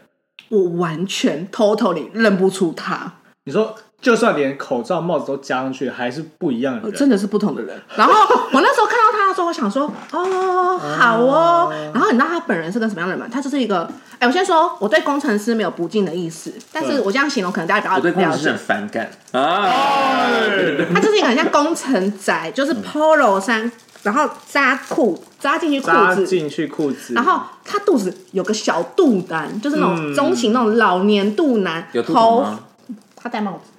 Speaker 2: 我完全 totally 认不出他，
Speaker 3: 你说就算连口罩、帽子都加上去，还是不一样的
Speaker 2: 呃
Speaker 3: 人。
Speaker 2: 真的是不同的人。然后我那时候看到他的时候，我想说，哦，好哦。
Speaker 3: 啊
Speaker 2: 然后你知道他本人是个什么样的人吗？他就是一个，哎，我先说，我对工程师没有不敬的意思，但是
Speaker 3: 嗯
Speaker 2: 我这样形容可能大家比较
Speaker 1: 我对工
Speaker 2: 了
Speaker 1: 程
Speaker 2: 解
Speaker 1: 师。很反感啊！
Speaker 2: 他就是一个很像工程仔，就是
Speaker 3: 嗯
Speaker 2: polo 衫，然后扎裤扎进去裤
Speaker 3: 扎
Speaker 2: 子，
Speaker 3: 进去裤子，
Speaker 2: 然后他肚子有个小肚腩，就是那种
Speaker 3: 嗯
Speaker 2: 中型那种老年肚腩，
Speaker 1: 有秃头
Speaker 2: 头
Speaker 1: 吗？
Speaker 2: 他戴帽子，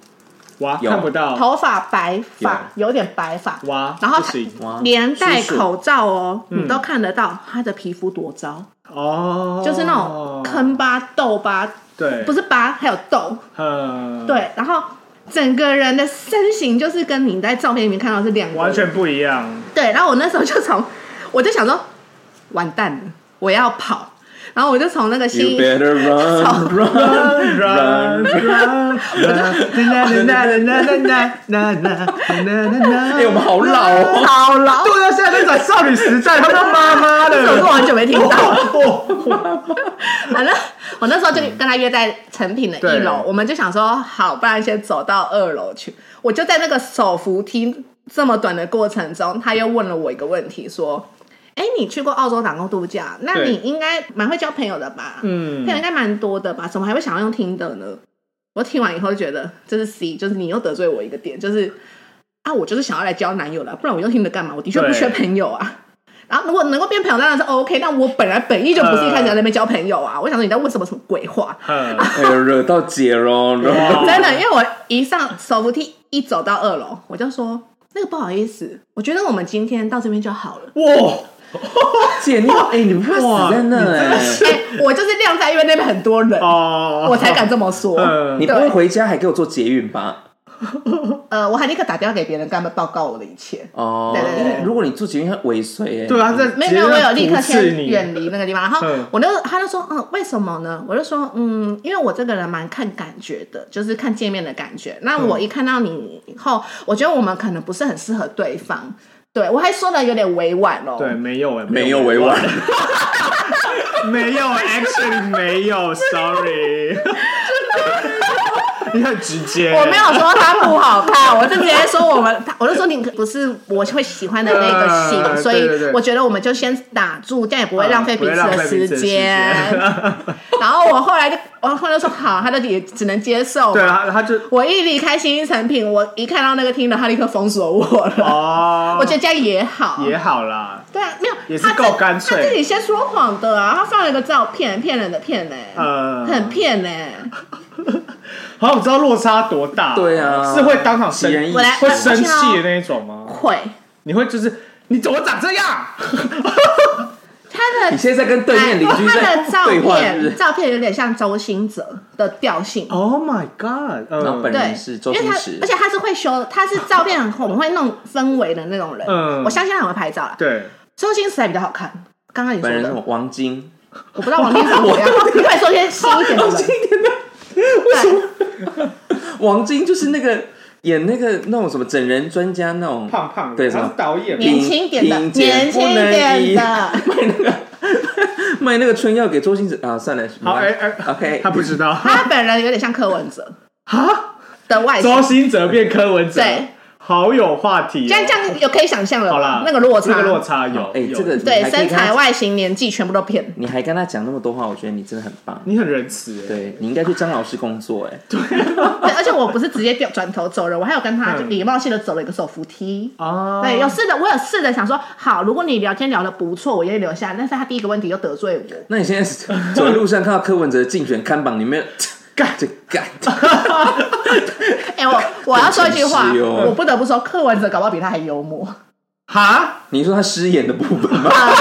Speaker 3: 哇
Speaker 1: 有
Speaker 3: 看不到，
Speaker 2: 头发白发有点白发，
Speaker 3: 哇，嗯
Speaker 2: 然后
Speaker 3: 不行
Speaker 1: 哇
Speaker 2: 连戴
Speaker 1: 叔叔
Speaker 2: 口罩哦，你都看得到他的皮肤多糟，
Speaker 3: 哦，
Speaker 2: 就是那种坑疤、痘疤，
Speaker 3: 对，
Speaker 2: 不
Speaker 3: 是，
Speaker 2: 是疤，还有痘，
Speaker 3: 嗯，，
Speaker 2: 对，然后整个人的身形就是跟你在照片里面看到是两个人
Speaker 3: 完全不一样，
Speaker 2: 对，然后我那时候就从，我就想说，完蛋了，我要跑，然后我就从那个
Speaker 1: You
Speaker 2: 新，我
Speaker 1: better run, run.
Speaker 3: 哎
Speaker 1: 哎、我们好老哦！
Speaker 2: 好老，
Speaker 3: 对啊，现在在转少女时代，他们妈妈
Speaker 2: 这首歌我
Speaker 3: 的。
Speaker 2: 很久没听到。反正我那时候就跟他约在成品的一楼，
Speaker 3: 对
Speaker 2: 我们就想说，好，不然先走到二楼去。我就在那个手扶梯这么短的过程中，他又问了我一个问题，说。哎，你去过澳洲打工度假，那
Speaker 3: 对
Speaker 2: 你应该蛮会交朋友的吧？
Speaker 3: 嗯
Speaker 2: 朋友应该蛮多的吧？怎么还会想要用听的呢？我听完以后就觉得这是 C，就是你又得罪我一个点，就是啊，我就是想要来交男友了，不然我用听的干嘛？我的确不
Speaker 3: 对
Speaker 2: 缺朋友啊。然后如果能够变朋友当然是 OK，但我本来本意就不是一开始在那边交朋友
Speaker 3: 嗯
Speaker 2: 啊。我想说你在问什么什么鬼话？
Speaker 1: 哎呦，惹到姐喽！
Speaker 3: 哇
Speaker 2: 真的，因为我一上手扶梯一走到二楼，我就说那个不好意思，我觉得我们今天到这边就好了。
Speaker 3: 哇，
Speaker 1: 姐，你哎、你不怕死在那哎、
Speaker 2: 哎、我就是晾在，因为那边很多人，
Speaker 3: 哦，
Speaker 2: 我才敢这么说。
Speaker 3: 嗯
Speaker 1: 你不会回家还给我做捷运吧？
Speaker 2: 呃，我还立刻打电话给别人，跟他们报告我的一切。
Speaker 1: 哦，
Speaker 2: 对
Speaker 3: 啊
Speaker 2: 对对
Speaker 1: 因为如果你做捷运，它尾随哎。
Speaker 3: 对啊，在
Speaker 2: 没有没有，我有立刻先
Speaker 3: 你，
Speaker 2: 远离那个地方。然后
Speaker 3: 嗯
Speaker 2: 我那个他就说，嗯，为什么呢？我就说，嗯，因为我这个人蛮看感觉的，就是看见面的感觉。那我一看到你以后，我觉得我们可能不是很适合对方。对我还说的有点委婉哦。
Speaker 3: 对，没有哎，
Speaker 1: 没有委 婉，
Speaker 3: 没有，actually 没有，sorry，你很直接，
Speaker 2: 我没有说他不好看，我就直接说我 们，我就说你不是我会喜欢的那个型，
Speaker 3: 呃
Speaker 2: 所
Speaker 3: 对对
Speaker 2: 以
Speaker 3: 对
Speaker 2: 我觉得我们就先打住，这样也不会浪费彼此
Speaker 3: 不会浪
Speaker 2: 的
Speaker 3: 费彼
Speaker 2: 时
Speaker 3: 此的时
Speaker 2: 间
Speaker 3: 间。
Speaker 2: 然后我后来就，我后来就说好，他就也只能接受。
Speaker 3: 对啊，他就
Speaker 2: 我一离开新一成品，我一看到那个听的，他立刻封锁我了。
Speaker 3: 哦，
Speaker 2: 我觉得这样也好，
Speaker 3: 也好啦，
Speaker 2: 对啊，没有，
Speaker 3: 也是
Speaker 2: 他自
Speaker 3: 够干脆
Speaker 2: 他自己先说谎的啊，他放了一个照片，骗人的骗呢、
Speaker 1: 嗯
Speaker 3: 呃，
Speaker 2: 很骗呢、
Speaker 3: 好想知道落差多大。
Speaker 1: 对啊
Speaker 3: 是会当场生
Speaker 1: 奇人异
Speaker 2: 我来
Speaker 3: 会生气的那一种吗？
Speaker 2: 会
Speaker 3: 你会就是你怎么长这 样？
Speaker 2: 他的哎
Speaker 1: 你现在在跟对面邻居
Speaker 2: 他
Speaker 1: 在
Speaker 2: 的照
Speaker 1: 对话，是不
Speaker 2: 片
Speaker 1: 是？
Speaker 2: 照片有点像周星哲的调性。
Speaker 3: Oh my god！嗯，
Speaker 2: 呃
Speaker 1: 然后本人
Speaker 2: 对，
Speaker 1: 是
Speaker 2: 因
Speaker 1: 周
Speaker 2: 为
Speaker 1: 星
Speaker 2: 他
Speaker 1: 驰，
Speaker 2: 而且他是会修，他是照片很很会弄氛围的那种人。
Speaker 3: 嗯
Speaker 2: 我相信他很会拍照啦。
Speaker 3: 对
Speaker 2: 周星驰还比较好看，刚刚你说
Speaker 1: 本人
Speaker 2: 的
Speaker 1: 是，王晶，
Speaker 2: 我不知道王晶长怎么样，你快说些新一点的人。
Speaker 1: 王晶就是那个演那个那种什么整人专家那种，
Speaker 3: 胖胖的，
Speaker 1: 对什
Speaker 3: 他
Speaker 1: 么
Speaker 3: 是导演
Speaker 1: 顶
Speaker 2: 年
Speaker 3: 嘛，
Speaker 2: 轻一点的，
Speaker 1: 顶尖
Speaker 2: 年轻一点的，
Speaker 1: 卖那个春药给周星驰啊，算了，
Speaker 3: 好，哎哎
Speaker 1: OK
Speaker 3: 他不知 道，
Speaker 2: 他本人有点像柯文哲
Speaker 3: 啊，
Speaker 2: 的外形
Speaker 3: 周。兴哲变柯文哲，
Speaker 2: 对，
Speaker 3: 好有话题哦，
Speaker 2: 这样这样有可以想象了吧，
Speaker 3: 好啦，
Speaker 2: 那个落差，
Speaker 3: 那个落差有，
Speaker 1: 哎
Speaker 3: 有
Speaker 1: 这个你
Speaker 2: 对
Speaker 1: 还可以
Speaker 2: 身
Speaker 1: 跟他
Speaker 2: 材、外形、年纪全部都骗。
Speaker 1: 你还跟他讲那么多话，我觉得你真的很棒。
Speaker 3: 你很仁慈，哎，
Speaker 1: 对你应该去张老师工作哎、
Speaker 2: 对，而且我不是直接掉转头走人，我还有跟他
Speaker 3: 嗯
Speaker 2: 就礼貌性的走了一个手扶梯。
Speaker 3: 啊，
Speaker 2: 对，有试着，我有试着想说，好，如果你聊天聊得不错，我愿意留下来。但是他第一个问题就得罪我，
Speaker 1: 那你现在走在路上看到柯文哲竞选看榜里 面，干这干，
Speaker 2: 哎、我我要说一句话
Speaker 1: 真是，哟
Speaker 2: 我不得不说，柯文哲搞不好比他还幽默
Speaker 3: 哈，
Speaker 1: 你说他失言的部分吗？
Speaker 2: 啊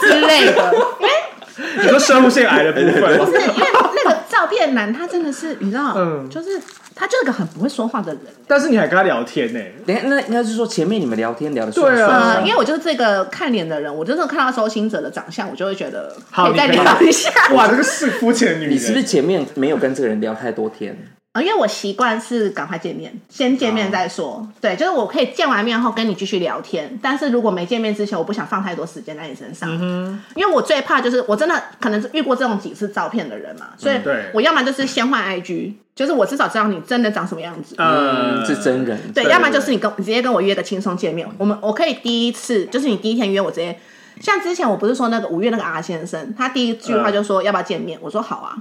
Speaker 2: 之类的，因为
Speaker 3: 你说生物腺癌的 部分
Speaker 2: 不
Speaker 3: 吗，
Speaker 2: 是因为那个照片男，他真的是你知道，
Speaker 3: 嗯
Speaker 2: 就是他就是个很不会说话的人。
Speaker 3: 但是你还跟他聊天呢，
Speaker 1: 等一下那应该是说前面你们聊天聊的顺
Speaker 3: 对
Speaker 1: 顺
Speaker 3: 啊
Speaker 2: 呃，
Speaker 1: 畅
Speaker 2: 因为我就是这个看脸的人，我就是看到周星哲的长相，我就会觉得
Speaker 3: 好
Speaker 2: 可以再
Speaker 3: 你可以
Speaker 2: 聊一下。
Speaker 3: 哇，这个是肤浅的女人，
Speaker 1: 你是不是前面没有跟这个人聊太多天？
Speaker 2: 呃因为我习惯是赶快见面，先见面再说。对，就是我可以见完面后跟你继续聊天，但是如果没见面之前，我不想放太多时间在你身
Speaker 3: 嗯
Speaker 2: 上，因为我最怕就是我真的可能是遇过这种几次照片的人嘛，所以
Speaker 3: 嗯对
Speaker 2: 我要么就是先换 IG，就是我至少知道你真的长什么样子，
Speaker 3: 呃
Speaker 1: 嗯，是真人。
Speaker 2: 对，
Speaker 3: 对
Speaker 2: 要么就是你跟你直接跟我约个轻松见面，我们我可以第一次就是你第一天约我直接，像之前我不是说那个五月那个阿先生，他第一句话就说要不要见
Speaker 3: 嗯
Speaker 2: 面，我说好啊，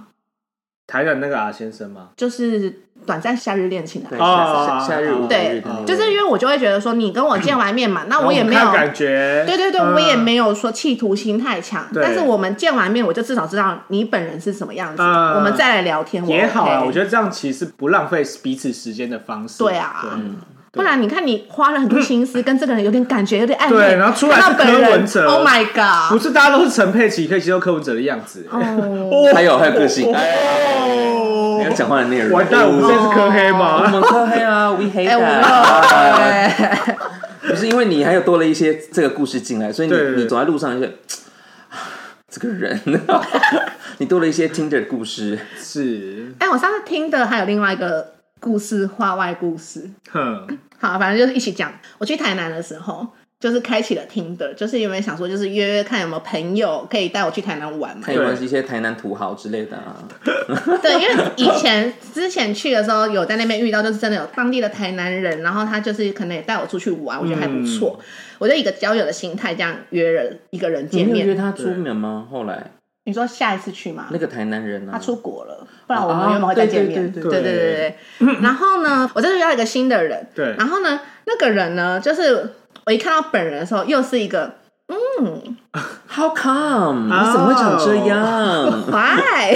Speaker 3: 台南那个阿先生吗？
Speaker 2: 就是短暂夏日恋情的
Speaker 1: 对，
Speaker 2: 啊，
Speaker 3: 哦
Speaker 1: 夏夏夏日
Speaker 3: 哦
Speaker 1: 五
Speaker 2: 对
Speaker 1: 日嗯的那，个
Speaker 2: 就是因为我就会觉得说你跟我见完面嘛，那我也没
Speaker 3: 然
Speaker 2: 有
Speaker 3: 后。嗯看感觉，
Speaker 2: 对对对，
Speaker 3: 嗯
Speaker 2: 我也没有说企图心太强，
Speaker 3: 对
Speaker 2: 但是我们见完面，我就至少知道你本人是什么样子，
Speaker 3: 嗯
Speaker 2: 我们再来聊天。
Speaker 3: 也好啊，我
Speaker 2: 得
Speaker 3: 觉得这样其实不浪费彼此时间的方式，
Speaker 2: 对啊
Speaker 3: 对
Speaker 2: 不然你看你花了很多 心思，跟这个人有点感觉，有点暧昧，
Speaker 3: 对然后出来
Speaker 2: 看
Speaker 3: 是
Speaker 2: 到
Speaker 3: 柯
Speaker 2: 本人
Speaker 3: 文哲
Speaker 2: ，Oh my
Speaker 3: 对
Speaker 2: god！
Speaker 3: 不是大家都是陈佩琪可以接受柯文哲的样子，
Speaker 2: 哦，
Speaker 1: 还有还有个性，哎你要
Speaker 3: 哦，
Speaker 1: 讲话的内容。哦
Speaker 3: 完蛋，我们现在是柯黑
Speaker 1: 我
Speaker 3: 吗？
Speaker 1: 们科黑啊，we hate
Speaker 2: 哎，我
Speaker 1: that。
Speaker 2: 们
Speaker 1: 不是因为你还有多了一些这个故事进来，所以你
Speaker 3: 对对对
Speaker 1: 你走在路上就 觉得这个人， 你多了一些 Tinder 的故事。
Speaker 3: 是，
Speaker 2: 哎，我上次听的还有另外一个故事，话外故事。
Speaker 3: 哼，
Speaker 2: 好，反正就是一起讲。我去台南的时候，就是开启了听的，就是因为想说，就是约约看有没有朋友可以带我去台南玩嘛
Speaker 1: 看。有没有一些台南土豪之类的啊？
Speaker 2: 对，因为以前之前去的时候，有在那边遇到，就是真的有当地的台南人，然后他就是可能也带我出去
Speaker 1: 嗯
Speaker 2: 玩，我觉得还不错。我就以一个交友的心态这样约了一个人
Speaker 1: 你
Speaker 2: 见
Speaker 1: 没有约
Speaker 2: 面。
Speaker 1: 他出门吗？后来
Speaker 2: 你说下一次去吗？
Speaker 1: 那个台南人
Speaker 2: 他
Speaker 1: 啊，
Speaker 2: 出国了，不然我们原本会再见面。
Speaker 1: 啊对
Speaker 3: 对
Speaker 2: 对
Speaker 3: 对对
Speaker 2: 对对对。然后呢，我真的遇到一个新的人。
Speaker 3: 对
Speaker 2: 然后呢，那个人呢，就是我一看到本人的时候，又是一个
Speaker 1: How come？
Speaker 3: 哦
Speaker 1: 你怎么会长这样？
Speaker 2: 坏，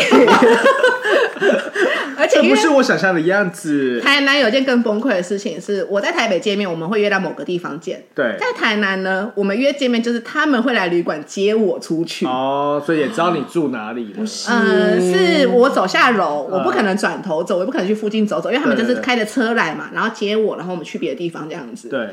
Speaker 2: 而且
Speaker 3: 这
Speaker 2: 因
Speaker 3: 不
Speaker 2: 为
Speaker 3: 是我想象的样子，
Speaker 2: 台南有件更崩溃的事情是，我在台北见面，我们会约到某个地方见。
Speaker 3: 对，
Speaker 2: 在台南呢，我们约见面就是他们会来旅馆接我出去，
Speaker 3: 哦，所以也知道你住哪里了，
Speaker 2: 嗯，是我走下楼，我不可能转头走，我也不可能去附近走走，因为他们就是开着车来嘛，然后接我，然后我们去别的地方这样子。
Speaker 3: 对，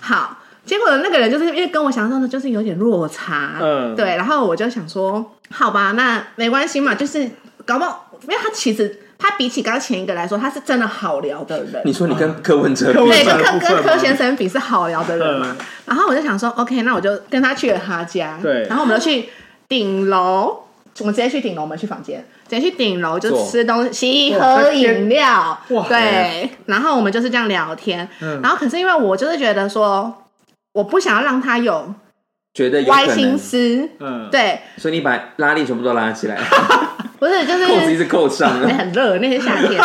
Speaker 2: 好，结果那个人就是因为跟我想象的，就是有点落差，
Speaker 3: 嗯
Speaker 2: 对，然后我就想说，好吧，那没关系嘛，就是搞不好，因为他其实他比起刚前一个来说，他是真的好聊的人，
Speaker 1: 你说你跟柯文哲比
Speaker 3: 柯文
Speaker 2: 对，
Speaker 3: 哲
Speaker 2: 跟
Speaker 3: 部
Speaker 2: 柯
Speaker 3: 分
Speaker 2: 跟柯
Speaker 3: 吗
Speaker 2: 先生比是好聊的人嘛。
Speaker 3: 嗯
Speaker 2: 然后我就想说，OK，那我就跟他去了他家，
Speaker 3: 对
Speaker 2: 然后我们就去顶楼。我们直接去顶楼，我们去房间，直接去顶楼就
Speaker 1: 坐
Speaker 2: 吃东西、
Speaker 3: 哇
Speaker 2: 喝
Speaker 3: 这天
Speaker 2: 饮料，
Speaker 3: 哇
Speaker 2: 对。然后我们就是这样聊天，然后可是因为我就是觉得说，我不想要让他有
Speaker 1: 觉得有
Speaker 2: 歪
Speaker 1: 可
Speaker 2: 心
Speaker 1: 能，
Speaker 2: 思，
Speaker 3: 嗯，
Speaker 2: 对，
Speaker 1: 所以你把拉力全部都拉 起来，
Speaker 2: 不是就是
Speaker 1: 扣子一直扣上
Speaker 2: 那
Speaker 1: 了。
Speaker 2: 很热，那天夏天，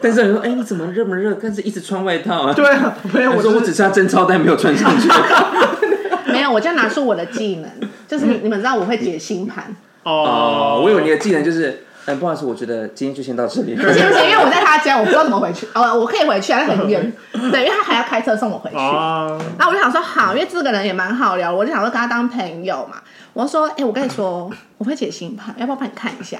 Speaker 1: 但是人说，哎，你怎么热么热？但是一直穿外套啊。
Speaker 3: 对啊，没有，
Speaker 1: 我
Speaker 3: 我
Speaker 1: 说
Speaker 3: 就
Speaker 1: 我
Speaker 3: 是
Speaker 1: 只差贞操，但没有穿上 去。
Speaker 2: 没有，我就拿出我的技能，就是你们知道我会解星盘，
Speaker 1: 哦
Speaker 3: 哦，，
Speaker 1: 我以为你的技能就是，嗯，不好意思，我觉得今天就先到这里。
Speaker 2: 不行不行，因为我在他家，我不知道怎么回去。呃，我可以回去，但 很远，对，因为他还要开车送我回去。
Speaker 3: 哦，
Speaker 2: 那我就想说，好，因为这个人也蛮好聊，我就想说跟他当朋友嘛。我就说，哎、我跟你说，我会解星盘，要不要帮你看一下？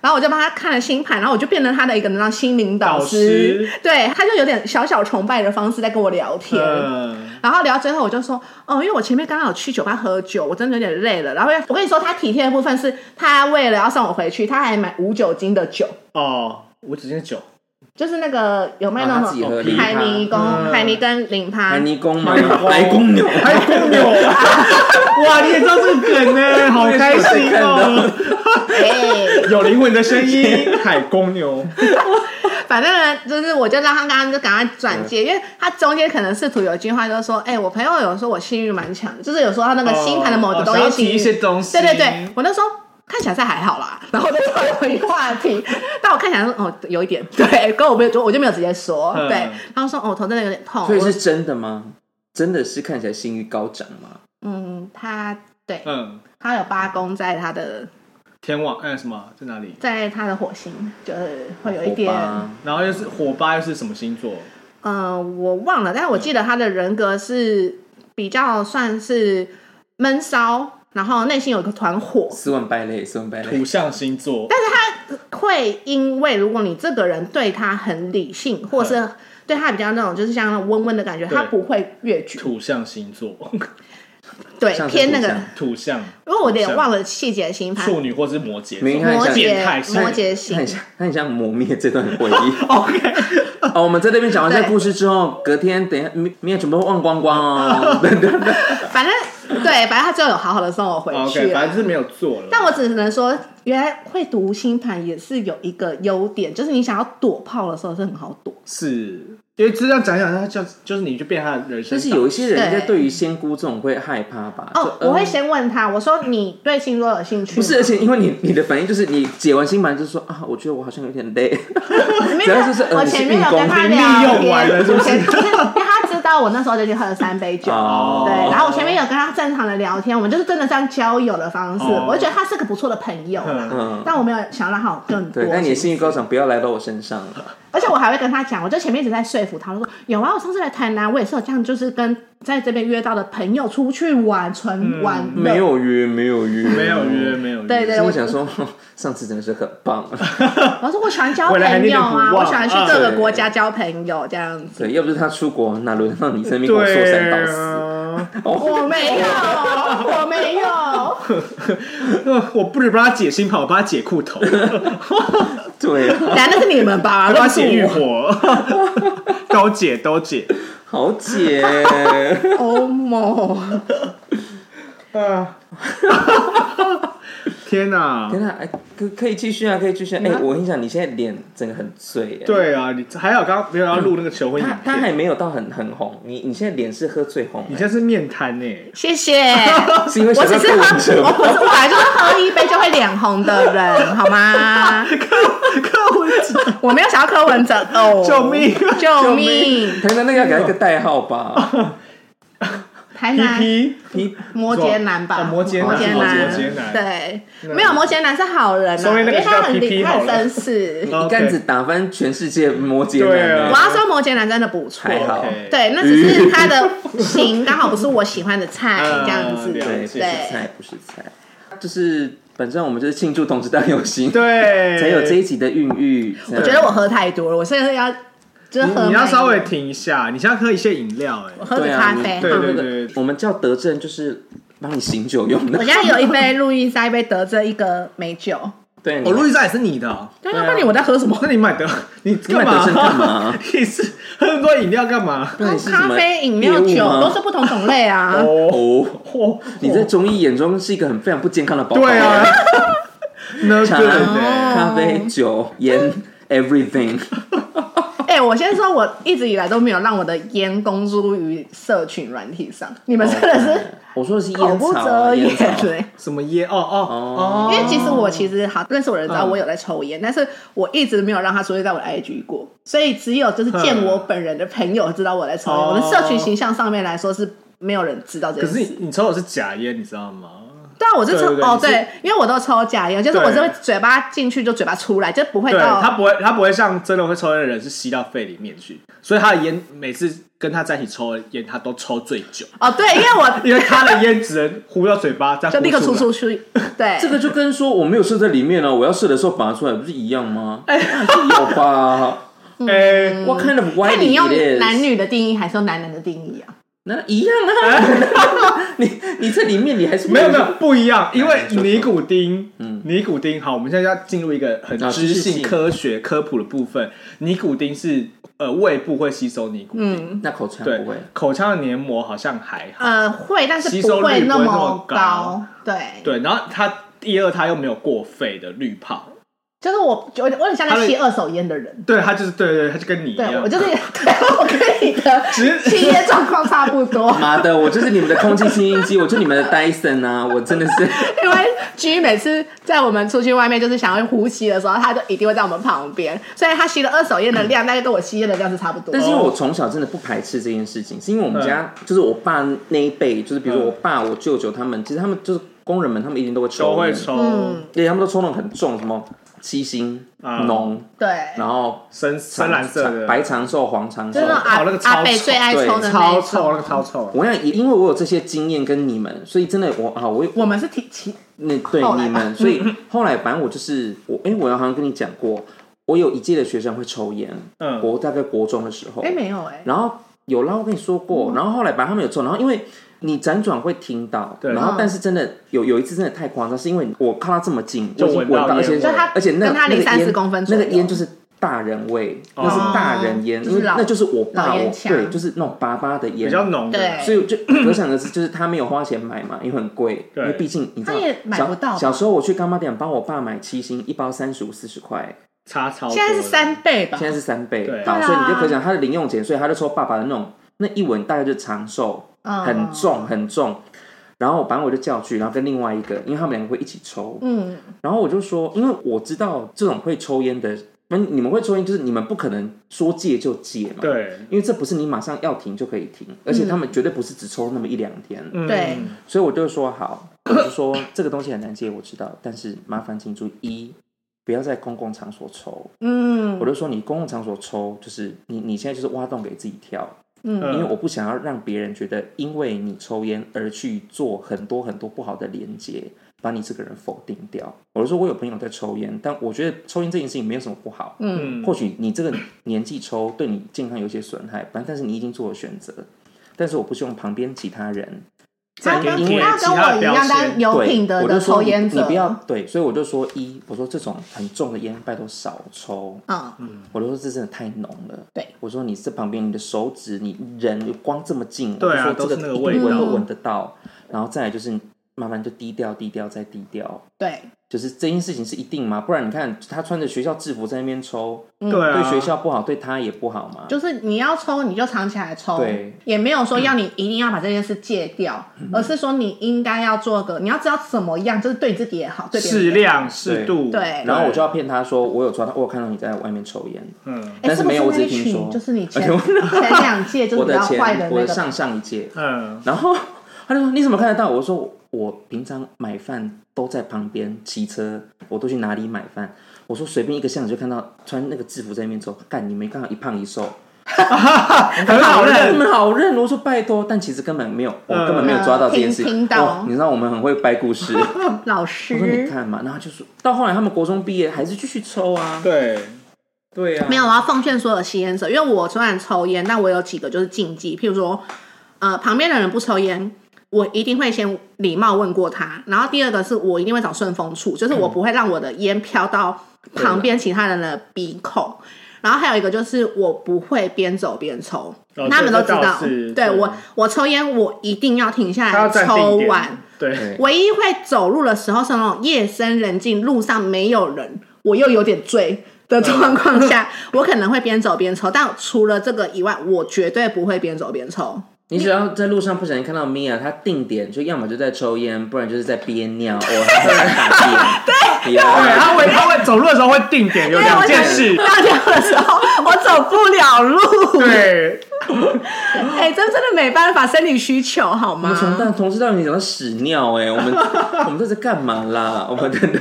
Speaker 2: 然后我就帮他看了星盘，然后我就变成他的一个那心灵导
Speaker 3: 导师
Speaker 2: 对，他就有点小小崇拜的方式在跟我聊天。
Speaker 3: 嗯，
Speaker 2: 然后聊最后，我就说，哦，因为我前面刚好去酒吧喝酒，我真的有点累了。然后我跟你说，他体贴的部分是，他为了要送我回去，他还买无酒精的酒，
Speaker 3: 哦，无止境的酒，
Speaker 2: 就是那个有卖
Speaker 3: 啊
Speaker 2: 那
Speaker 1: 哦他自己
Speaker 2: 种
Speaker 1: 喝零趴
Speaker 2: 海尼公、
Speaker 3: 嗯
Speaker 2: 海尼跟零趴
Speaker 1: 海，尼 公嘛，
Speaker 3: 海尼公
Speaker 1: 海公牛，
Speaker 3: 还有公牛， 哇，你也知道这个梗 呢，好开心哦，
Speaker 2: 哎，
Speaker 3: 有灵魂的声音，海公牛，
Speaker 2: 反正呢，就是我就让他刚刚就赶快转
Speaker 3: 嗯
Speaker 2: 介，因为他中间可能试图有一句话就是说，哎、我朋友有说我性欲蛮强，就是有时候他那个星盘的某个
Speaker 3: 哦
Speaker 2: 东
Speaker 3: 想要
Speaker 2: 西，
Speaker 3: 提一些东西，
Speaker 2: 对对对，，我那时候看起来是还好啦，然后我就 跳回话题，但我看起来说哦有 一点，对，跟我没有就我就没有直接说，
Speaker 3: 嗯
Speaker 2: 对，然后说哦我头真的有点痛，
Speaker 1: 所以是
Speaker 2: 我
Speaker 1: 真的吗？真的是看起来性欲高涨吗？
Speaker 2: 嗯，他对
Speaker 3: 嗯，
Speaker 2: 他有八宫在他的
Speaker 3: 天网，哎，什么在哪里？
Speaker 2: 在他的火星，就是会有一点
Speaker 1: 火，吧
Speaker 3: 然后又是火八，又是什么星座？
Speaker 2: 嗯、我忘了，但是我记得他的人格是比较算是闷骚，然后内心有一个团火，
Speaker 1: 斯文败类，斯文败类
Speaker 3: 土，象星座，
Speaker 2: 会因为如果你这个人对他很理性，或是对他比较那种就是像那种温温的感觉，
Speaker 3: 嗯对
Speaker 2: 他不会越矩，
Speaker 3: 土象星座，
Speaker 2: 对
Speaker 1: 像是
Speaker 2: 偏那
Speaker 1: 土
Speaker 2: 个
Speaker 1: 象。
Speaker 3: 土象
Speaker 2: 因为我有点忘了细节星盘，
Speaker 3: 处女或是摩羯
Speaker 1: 明
Speaker 3: 座
Speaker 1: 白。看一
Speaker 2: 摩
Speaker 1: 下
Speaker 2: 羯
Speaker 3: 变态型
Speaker 2: 摩羯
Speaker 1: 他很
Speaker 2: 星，
Speaker 1: 像，他很像磨灭这段回忆。
Speaker 3: OK，啊
Speaker 1: 哦，我们在这边讲完这个
Speaker 2: 对
Speaker 1: 故事之后，隔天等一下，明明天全部忘光光哦。 对对对，
Speaker 2: 反正对，反正他最后有好好的送我回去
Speaker 3: OK，
Speaker 2: 了
Speaker 3: 反正就是没有做了。
Speaker 2: 啊但我只能说，原来会读星盘也是有一个优点，就是你想要躲炮的时候是很好躲。
Speaker 3: 是因为这样讲讲，他叫就是你就变他的人
Speaker 1: 但
Speaker 3: 生导师，
Speaker 1: 是有一些人在
Speaker 2: 对
Speaker 1: 对于仙姑这种会害怕吧？
Speaker 2: 哦，
Speaker 1: 就
Speaker 2: 我会
Speaker 1: 嗯
Speaker 2: 先问他，我说你对星座有兴趣吗？
Speaker 1: 不是，而且因为你你的反应就是你解完星盘就说啊，我觉得我好像有点累。
Speaker 2: 没
Speaker 1: 主
Speaker 2: 有
Speaker 1: 要就是呃
Speaker 2: 我
Speaker 1: 你是
Speaker 2: 前面有
Speaker 1: 运
Speaker 2: 跟
Speaker 1: 功
Speaker 2: 他
Speaker 3: 你利
Speaker 2: 聊
Speaker 3: 用完
Speaker 2: 天，
Speaker 3: 了是不
Speaker 2: 我
Speaker 3: 是
Speaker 2: 前因为他知道我那时候就去喝了三杯酒，
Speaker 1: 哦
Speaker 2: 对，然后我前面有跟他正常的聊天，我们就是真的这样交友的方式，
Speaker 3: 哦
Speaker 2: 我就觉得他是个不错的朋友啦，
Speaker 1: 嗯
Speaker 2: 但我没有想让他有更多
Speaker 1: 对，。但你的
Speaker 2: 其实
Speaker 1: 性欲高涨不要来到我身上。
Speaker 2: 而且我还会跟他讲，我就前面一直在说服他，我说有啊，我上次来台南，我也是有这样，就是跟在这边约到的朋友出去玩，纯玩、
Speaker 1: 嗯没。有约，没有约，
Speaker 3: 没有约，。没有约，
Speaker 2: 对对
Speaker 1: 所以我
Speaker 2: 我
Speaker 1: 想说，上次真的是很棒。
Speaker 2: 我说我喜欢交
Speaker 3: 回来还
Speaker 2: 朋
Speaker 3: 念
Speaker 2: 友
Speaker 3: 念
Speaker 2: 啊，
Speaker 3: 不忘
Speaker 2: 我喜欢去
Speaker 3: 啊
Speaker 2: 各个
Speaker 1: 对
Speaker 2: 国家交朋友这样子。
Speaker 1: 对，要不是他出国，哪轮到你这边跟我说三道
Speaker 3: 对
Speaker 1: 四？
Speaker 3: 啊，
Speaker 2: 我没有，我没有。
Speaker 3: 呃 我不止帮他解心盘，我帮他解裤 头，
Speaker 1: 对啊，
Speaker 2: 难那是你们吧？
Speaker 3: 还
Speaker 2: 不
Speaker 3: 帮他
Speaker 2: 是
Speaker 3: 解欲
Speaker 2: 我。
Speaker 3: 火， 都解都解。
Speaker 1: 好姐，
Speaker 2: 欧某，
Speaker 3: 啊！ 天哪！
Speaker 1: 天哪，哎，可可以继续啊，可以继续啊。哎，
Speaker 2: 看
Speaker 1: 我跟你讲，你现在脸整个很醉耶。，
Speaker 3: 对啊，你还好，刚刚没有要录那个求婚影
Speaker 1: 他他还
Speaker 3: 片，
Speaker 1: 没有到很很红，你你现在脸是喝醉红
Speaker 3: 你
Speaker 1: 耶，
Speaker 3: 现在是面瘫呢、
Speaker 2: 谢谢。
Speaker 1: 是因为
Speaker 2: 我
Speaker 1: 想到
Speaker 2: 只是
Speaker 1: 柯文
Speaker 2: 喝，
Speaker 1: 哲
Speaker 2: 我
Speaker 1: 吗？
Speaker 2: 不是，我本来就是喝一杯就会脸红的人，好吗？
Speaker 3: 柯文哲，
Speaker 2: 我没有想要柯文哲哦，
Speaker 3: 救！命！
Speaker 2: 救命！
Speaker 1: 台南那个要给他一个代号吧，
Speaker 2: 台
Speaker 3: 皮
Speaker 2: 南
Speaker 3: 皮，
Speaker 1: 你
Speaker 2: 摩羯男吧，
Speaker 3: 哦摩羯男
Speaker 2: 摩羯
Speaker 3: 摩羯男
Speaker 2: 对，没有摩羯男是好人啊，
Speaker 3: 所以
Speaker 2: 因
Speaker 3: 那个
Speaker 2: 为他
Speaker 3: 就叫
Speaker 2: 很
Speaker 3: PP
Speaker 2: 厉
Speaker 3: 好
Speaker 2: 害，
Speaker 3: 了
Speaker 2: 他很绅士。
Speaker 1: 一竿子打翻全世界摩羯
Speaker 3: 对啊
Speaker 1: 男
Speaker 2: 我
Speaker 1: 耶，
Speaker 2: 要说摩羯男真的不错，
Speaker 1: 还好
Speaker 3: OK
Speaker 2: 对，那只是他的型刚好不是我喜欢的菜
Speaker 3: 嗯
Speaker 2: 这样子，
Speaker 3: 了
Speaker 1: 对，
Speaker 3: 解
Speaker 1: 不是
Speaker 2: 对
Speaker 1: 菜，不是菜，就是本身我们就是庆祝同志大游行，
Speaker 3: 对，
Speaker 1: 才有这一集的孕育。
Speaker 2: 我觉得我喝太多了，我现在要就是喝
Speaker 3: 你
Speaker 2: 满
Speaker 3: 你要稍微停一下，你现在喝一些饮料、
Speaker 2: 我
Speaker 3: 哎，
Speaker 2: 喝着
Speaker 1: 对
Speaker 2: 咖
Speaker 1: 啊，你
Speaker 2: 啡，
Speaker 3: 对
Speaker 2: 嗯
Speaker 3: 对
Speaker 1: 那个我们叫德政就是帮你醒酒用的
Speaker 2: 我。现在有一杯路易莎，一杯德这一个美酒。
Speaker 1: 对，
Speaker 3: 哦，路
Speaker 1: 易
Speaker 3: 易莎也是你的哦、
Speaker 2: 对啊，那你我在喝什么？
Speaker 3: 那你买的， 你
Speaker 1: 你买德
Speaker 3: 干嘛？
Speaker 1: 政干嘛？
Speaker 3: 你是喝那么多饮料干嘛？
Speaker 1: 那你是什
Speaker 2: 咖
Speaker 1: 么
Speaker 2: 啡、饮料、
Speaker 1: 业
Speaker 2: 酒
Speaker 1: 务吗
Speaker 2: 都是不同种类啊。
Speaker 3: 哦，
Speaker 1: 哦，
Speaker 3: 嚯
Speaker 1: 你在中医眼中是一个很非常不健康的宝啊宝。
Speaker 3: 对 啊，，no
Speaker 1: 茶
Speaker 3: good
Speaker 2: 哦
Speaker 3: 哎、
Speaker 1: 咖啡、酒、盐，everything。
Speaker 2: 哎、我先说，我一直以来都没有让我的烟公诸于社群软体上，你们 真的是
Speaker 1: 我说的是
Speaker 2: 口
Speaker 1: 烟
Speaker 2: 不
Speaker 1: 草
Speaker 2: 择
Speaker 1: 啊，
Speaker 2: 言
Speaker 1: 烟草。
Speaker 2: 欸
Speaker 3: 什么耶？哦哦哦，
Speaker 2: 因为其实我其实好认识我的人知道
Speaker 3: 嗯
Speaker 2: 我有在抽烟，但是我一直没有让他出现在我的 IG 过，所以只有就是见我本人的朋友知道我在抽烟。
Speaker 3: 嗯哦
Speaker 2: 我的社群形象上面来说是没有人知道这
Speaker 3: 可
Speaker 2: 件
Speaker 3: 是你
Speaker 2: 事。
Speaker 3: 你抽的是假烟，你知道吗？
Speaker 2: 对啊，我是抽
Speaker 3: 对对对
Speaker 2: 哦
Speaker 3: 你是
Speaker 2: 对，因为我都抽假烟，就是
Speaker 3: 对
Speaker 2: 我是会嘴巴进去就嘴巴出来，就不会
Speaker 3: 对他
Speaker 2: 到
Speaker 3: 不会，他不会像真的会抽烟的人是吸到肺里面去，所以他的烟每次跟他在一起抽的烟，他都抽最久，
Speaker 2: 哦对，因为 我
Speaker 3: 因为他的烟只能呼到嘴巴，再
Speaker 2: 就立刻
Speaker 3: 呼
Speaker 2: 出
Speaker 3: 出来。
Speaker 2: 出去，对，
Speaker 1: 这个就跟说我没有射在里面了、哦我要射的时候拔出来，不是一样 吗？哎，有吧
Speaker 3: 哎，
Speaker 1: ？What kind of
Speaker 2: 看
Speaker 1: white
Speaker 2: 嗯你用
Speaker 1: it is？
Speaker 2: 男女的定义还是用男人的定义啊？
Speaker 1: 那一样 啊！ 你你这里面你还是
Speaker 3: 没有没有不一样，因为
Speaker 1: 你说说
Speaker 3: 尼古丁，
Speaker 1: 嗯
Speaker 3: 尼古丁，好，我们现在要进入一个很
Speaker 1: 啊
Speaker 3: 知
Speaker 1: 知识
Speaker 3: 性
Speaker 1: 性
Speaker 3: 科学科普的部分。尼古丁是呃胃部会吸收尼古丁，
Speaker 2: 嗯，
Speaker 1: 那口腔
Speaker 3: 对
Speaker 1: 不会，，
Speaker 3: 口腔的黏膜好像还好，
Speaker 2: 呃，会，但是
Speaker 3: 吸收
Speaker 2: 不会
Speaker 3: 率
Speaker 2: 那
Speaker 3: 不会那
Speaker 2: 么
Speaker 3: 么高，
Speaker 2: 对，
Speaker 3: 对，然后他第二他又没有过肺的滤泡，
Speaker 2: 就是我有点我很像
Speaker 3: 他
Speaker 2: 在
Speaker 3: 的
Speaker 2: 吸二手烟的人，
Speaker 3: 对他就是对对，对他就跟你一
Speaker 2: 对
Speaker 3: 样，
Speaker 1: ，
Speaker 2: 我就是对我跟你的
Speaker 3: 直
Speaker 2: 吸烟状况差不多
Speaker 1: 妈的，我就是你们的空气清新机，我就是你们的 Dyson 啊！我真的是，
Speaker 2: 因为 G 每次在我们出去外面就是想要呼吸的时候，他就一定会在我们旁边，所以他吸的二手烟的量大概跟我吸烟的量是差不多
Speaker 1: 但。是因为
Speaker 3: 哦
Speaker 1: 我从小真的不排斥这件事情，是因为我们家
Speaker 3: 嗯
Speaker 1: 就是我爸那一辈，就是比如说我爸、我舅舅他们，其实他们就是工人们，他们一定都会抽
Speaker 3: 都会
Speaker 1: 烟，
Speaker 2: 嗯
Speaker 3: 抽
Speaker 1: 对，他们都抽那种很重，什么七星
Speaker 3: 啊
Speaker 1: 浓，
Speaker 2: 对，
Speaker 1: 然后
Speaker 3: 深深蓝色
Speaker 1: 嗯
Speaker 3: 的，
Speaker 1: 白长寿、黄长寿
Speaker 2: 就是，那种阿
Speaker 3: 哦那个超
Speaker 2: 阿北
Speaker 3: 臭
Speaker 2: 最爱
Speaker 1: 对
Speaker 2: 抽的那
Speaker 3: 超
Speaker 2: 一
Speaker 3: 臭，那
Speaker 2: 种
Speaker 3: 个。超臭。
Speaker 1: 我想也因为我有这些经验跟你们，所以真的我啊，我
Speaker 2: 我们是提提
Speaker 1: 那对
Speaker 2: 后来吧
Speaker 1: 你们，所以后来反正我就是我，哎、我好像跟你讲过，我有一届的学生会抽烟，
Speaker 3: 嗯
Speaker 1: 我大概国中的时候，
Speaker 2: 哎没嗯有哎，
Speaker 1: 然后有啦，我跟你说过，然后后来反正他们有抽，然后因为你辗转会听到，
Speaker 3: 对
Speaker 1: 然后
Speaker 2: 嗯
Speaker 1: 但是真的有有一次真的太夸张，是因为我靠他这么近，
Speaker 3: 就
Speaker 1: 我已经
Speaker 3: 闻
Speaker 1: 闻
Speaker 3: 到
Speaker 1: 到，而
Speaker 3: 烟
Speaker 1: 且
Speaker 3: 味就
Speaker 2: 他
Speaker 1: 而且那
Speaker 2: 跟他
Speaker 1: 那个
Speaker 2: 离30
Speaker 1: 烟
Speaker 2: 公分
Speaker 1: 那
Speaker 2: 左右哦
Speaker 1: 个烟就是大人味，那是大人烟，
Speaker 2: 就是
Speaker 1: 因为
Speaker 2: 老
Speaker 1: 那就是我爸
Speaker 2: 老烟
Speaker 1: 我
Speaker 2: 枪
Speaker 1: 对，就是那种巴巴的烟，
Speaker 3: 比较浓的，
Speaker 2: 对
Speaker 1: 所以就可想而知，就是他没有花钱买嘛，因为很贵，因
Speaker 3: 对
Speaker 1: 为毕竟你知道，
Speaker 2: 他也买不到吧
Speaker 1: 小小时候我去干妈店帮我爸买七星，一包三十五四十块，
Speaker 3: 差超多。
Speaker 2: 现在是三倍吧
Speaker 1: 现？在是三倍
Speaker 3: 对
Speaker 1: 吧，
Speaker 2: 对啊
Speaker 1: 所以你就可想他的零用钱，所以他就抽爸爸的那种，那一闻大概就是长寿，
Speaker 2: 嗯
Speaker 1: 很，重很重。然后反正我就叫去，然后跟另外一个，因为他们两个会一起抽，
Speaker 2: 嗯，
Speaker 1: 然后我就说，因为我知道这种会抽烟的，那你们会抽烟，就是你们不可能说戒就戒嘛，
Speaker 3: 对，
Speaker 1: 因为这不是你马上要停就可以
Speaker 2: 嗯
Speaker 1: 停，而且他们绝对不是只抽那么一两天，
Speaker 3: 嗯
Speaker 2: 对
Speaker 1: 所以我就说好，我就说这个东西很难戒，我知道，但是麻烦请注意一，不要在公共场所抽。
Speaker 2: 嗯
Speaker 1: 我就说你公共场所抽，就是你你现在就是挖洞给自己跳，
Speaker 2: 嗯
Speaker 1: 因为我不想要让别人觉得因为你抽烟而去做很多很多不好的连接，把你这个人否定掉。我就说我有朋友在抽烟，但我觉得抽烟这件事情没有什么不好。
Speaker 2: 嗯，
Speaker 3: 嗯
Speaker 1: 或许你这个年纪抽对你健康有一些损害，反正但是你已经做了选择。但是我不希望旁边其他人
Speaker 2: 他
Speaker 3: 再给
Speaker 2: 跟
Speaker 1: 因为
Speaker 2: 他
Speaker 3: 其
Speaker 2: 跟我
Speaker 3: 他
Speaker 2: 一
Speaker 3: 的标
Speaker 2: 样，但
Speaker 3: 签
Speaker 2: 有
Speaker 1: 对，
Speaker 2: 品德
Speaker 1: 我就
Speaker 2: 的
Speaker 1: 说
Speaker 2: 抽烟
Speaker 1: 你
Speaker 2: 者，
Speaker 1: 你不要对，所以我就说一，我说这种很重的烟，拜托少抽。
Speaker 2: 嗯，
Speaker 1: 我就说这真的太浓了。
Speaker 2: 对，
Speaker 1: 我说你这旁边你的手指，你人光这么近，
Speaker 3: 对啊
Speaker 1: 我就说这
Speaker 3: 都是那
Speaker 1: 个
Speaker 3: 个
Speaker 1: 一
Speaker 3: 味
Speaker 1: 定闻
Speaker 3: 道
Speaker 1: 都闻得到。然后再来就是慢慢就低调，低调再低调。
Speaker 2: 对，
Speaker 1: 就是这件事情是一定吗？不然你看他穿着学校制服在那边抽，
Speaker 3: 对啊，
Speaker 1: 对学校不好，对他也不好嘛。
Speaker 2: 就是你要抽你就藏起来抽
Speaker 1: 对，嗯
Speaker 2: 也没有说要你一定要把这件事戒掉，而是说你应该要做个，你要知道怎么样，就是对自己也好，对别人
Speaker 3: 适
Speaker 2: 也好。
Speaker 3: 量适度，
Speaker 2: 对
Speaker 1: 然后我就要骗他说，我有抓到，我有看到你在外面抽烟。
Speaker 3: 嗯
Speaker 2: 哎
Speaker 1: 但是
Speaker 2: 是不
Speaker 1: 没有我
Speaker 2: 那
Speaker 1: 只
Speaker 2: 一
Speaker 1: 是听说
Speaker 2: 群就是你前
Speaker 1: 而且 我
Speaker 2: 前两届就是
Speaker 1: 我
Speaker 2: 比
Speaker 1: 的
Speaker 2: 较
Speaker 1: 前
Speaker 2: 坏的
Speaker 1: 我
Speaker 2: 那
Speaker 1: 的
Speaker 2: 个，
Speaker 1: 上上一届，
Speaker 3: 嗯，
Speaker 1: 然后他就说：“你怎么看得到？”我说：“哦我平常买饭都在旁边骑车，我都去哪里买饭？”我说：“随便一个巷子就看到穿那个制服在那边走，干你们刚好一胖一瘦，
Speaker 3: 很好
Speaker 1: 你
Speaker 3: 认，
Speaker 1: 们好认。”我说：“拜托。”但其实根本没有，我根本没有抓到这件事。
Speaker 2: 嗯听听到
Speaker 1: 哇你知道我们很会掰故 事。我
Speaker 2: 老
Speaker 1: 说：“你
Speaker 2: 师
Speaker 1: 看嘛。”然后就说到后来他们国中毕业还是继续抽啊。
Speaker 3: 对对呀，
Speaker 2: 没有，我啊要奉劝所有的吸烟者，因为我虽然抽烟，但我有几个就是禁忌，譬如说，呃，旁边的人不抽烟，我一定会先礼貌问过他，然后第二个是我一定会找顺风处，就是我不会让我的烟飘到旁边其他人的鼻孔。然后还有一个就是我不会边走边抽，
Speaker 3: 哦
Speaker 2: 他们都知
Speaker 3: 这
Speaker 2: 道
Speaker 3: 倒。是
Speaker 2: 对
Speaker 3: 对
Speaker 2: 我，我抽烟我一定要停下
Speaker 3: 他要
Speaker 2: 来
Speaker 3: 站定
Speaker 2: 抽
Speaker 3: 点
Speaker 2: 完，，
Speaker 3: 对，
Speaker 2: 唯一会走路的时候是那种夜深人静，路上没有人，我又有点醉的状 况下，我可能会边走边抽。但除了这个以外，我绝对不会边走边抽。
Speaker 1: 你只要在路上不小心看到 Mia，她定点就要么就在抽烟，不然就是在憋尿，哦，她在打 便。对，
Speaker 3: 对，他会他会走路的时候会定点，有两件 事。
Speaker 2: 大尿的时候，我走不 了路。
Speaker 3: 对，
Speaker 2: 哎、这真的没办法，生理需求好吗？
Speaker 3: 啊
Speaker 1: 从但同事到你讲到屎尿、哎，我 们我们这是干嘛啦？我们真的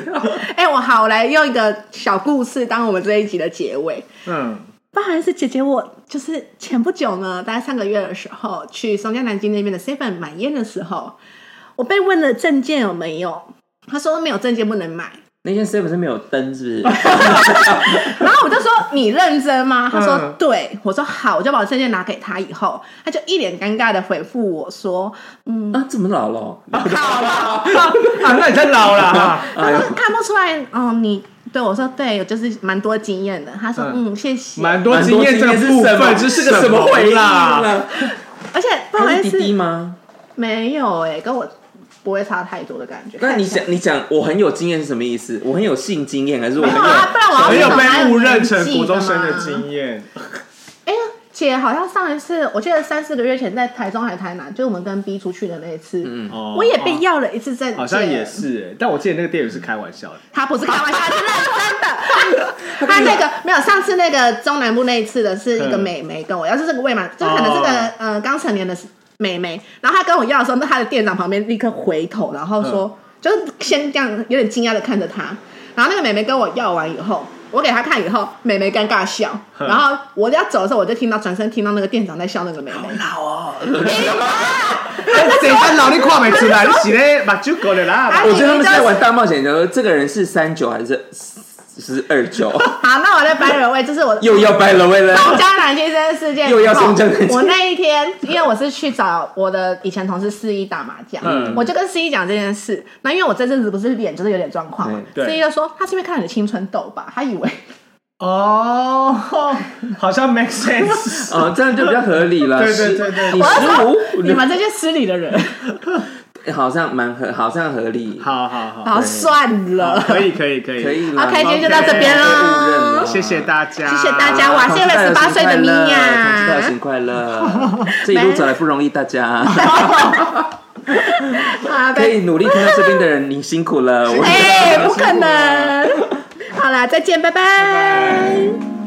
Speaker 2: 哎、我好，我来用一个小故事当我们这一集的结尾。
Speaker 3: 嗯，
Speaker 2: 不好意思，姐姐，我就是前不久呢，大概上个月的时候，去松江南京那边的 seven 买烟的时候，我被问了证件有没有，他说没有证件不能买，
Speaker 1: 那间 seven 是没有灯，是不是？
Speaker 2: 然后我就说你认真吗？他说、
Speaker 3: 嗯
Speaker 2: 对，我说好，我就把我证件拿给他，以后他就一脸尴尬的回复我说，嗯，
Speaker 1: 啊，怎么老了？
Speaker 2: 好了。
Speaker 3: 啊，那你真老了啊！
Speaker 1: 哎呦，
Speaker 2: 看不出来哦，你对我说对，就是蛮多经验的。他说
Speaker 3: 嗯
Speaker 2: 嗯，谢谢。
Speaker 3: 蛮多经验这个部分，这
Speaker 1: 是
Speaker 3: 是
Speaker 1: 个
Speaker 3: 什
Speaker 1: 么
Speaker 3: 回
Speaker 1: 回
Speaker 3: 啦？
Speaker 1: 啦？
Speaker 2: 而且不好
Speaker 1: 还
Speaker 2: 意
Speaker 1: 是
Speaker 2: 思，
Speaker 1: 滴滴吗？
Speaker 2: 没有哎、跟我不会差太多的感觉。
Speaker 1: 那你
Speaker 2: 看起来
Speaker 1: 讲你讲我很有经验是什么意思？我很有性经验还是我
Speaker 2: 没
Speaker 1: 很
Speaker 2: 有
Speaker 1: 有？
Speaker 2: 啊？
Speaker 3: 很有
Speaker 2: 不然我要去找他
Speaker 3: 被误认成
Speaker 2: 年纪
Speaker 3: 国中生的
Speaker 2: 嘛
Speaker 3: 经验，
Speaker 2: 哎呀，姐好像上一次，我记得三四个月前在台中还台南，就是我们跟 B 出去的那一次，
Speaker 3: 哦
Speaker 2: 我也被要了一次证件，
Speaker 3: 好像也，是，欸但我记得那个店员是开玩笑的，
Speaker 2: 他不是开玩笑，他是认真的。他那个没有，上次那个中南部那一次的是一个美眉跟我要，就是这个未满，就可能是个、
Speaker 3: 哦
Speaker 2: 呃刚成年的美眉，然后她跟我要的时候，那她的店长旁边立刻回头，然后说、就是先这样有点惊讶的看着她，然后那个美眉跟我要完以后。我给她看以后，美眉尴尬笑，
Speaker 3: 嗯
Speaker 2: 然后我要走的时候，我就听到转身听到那个店长在笑那个美眉，
Speaker 1: 老哦，
Speaker 3: 谁看老你看没出来？你是咧把酒过的啦
Speaker 2: 啊？
Speaker 1: 我觉得他们是在玩大冒险，然后这个人是三九还是是二九？
Speaker 2: 好，那我再掰了位，这是我
Speaker 1: 又要掰了喂 了，
Speaker 2: 松江南京这件事件
Speaker 1: 又要
Speaker 2: 以后
Speaker 1: 松江南京
Speaker 2: 我那一天，因为我是去找我的以前同事四一打麻将，
Speaker 3: 嗯
Speaker 2: 我就跟四一讲这件事。那因为我这阵子不是脸就是有点状况嘛，
Speaker 3: 对对
Speaker 2: 四一就说他是因为看到你的青春痘吧，他以为
Speaker 3: 哦， 好像 make sense。
Speaker 1: 哦，这样就比较合理了。
Speaker 3: 对对
Speaker 1: 十
Speaker 3: 对对
Speaker 1: 你
Speaker 2: 我要说
Speaker 1: 十五，
Speaker 2: 你们这些失礼的人，
Speaker 1: 好像蛮合，好像合理，
Speaker 3: 好好好，
Speaker 2: 好算了，
Speaker 3: 可以可以可以，
Speaker 1: 可以啦。
Speaker 2: OK，今天就
Speaker 1: OK，
Speaker 2: 到这边
Speaker 1: 被误认
Speaker 2: 啦
Speaker 1: 了，
Speaker 3: 谢谢大家，
Speaker 2: 谢谢大家哇
Speaker 1: 啊同
Speaker 2: 谢谢
Speaker 1: 志大游
Speaker 2: 18
Speaker 1: 行
Speaker 2: 岁的
Speaker 1: 快乐
Speaker 2: 米娅
Speaker 1: 同志大游行快 乐，这一路走来不容易，大家可
Speaker 2: 好，拜
Speaker 1: 以努力听到这边的人，你 辛苦了。我
Speaker 2: 哎，不可能，好啦，再见，拜拜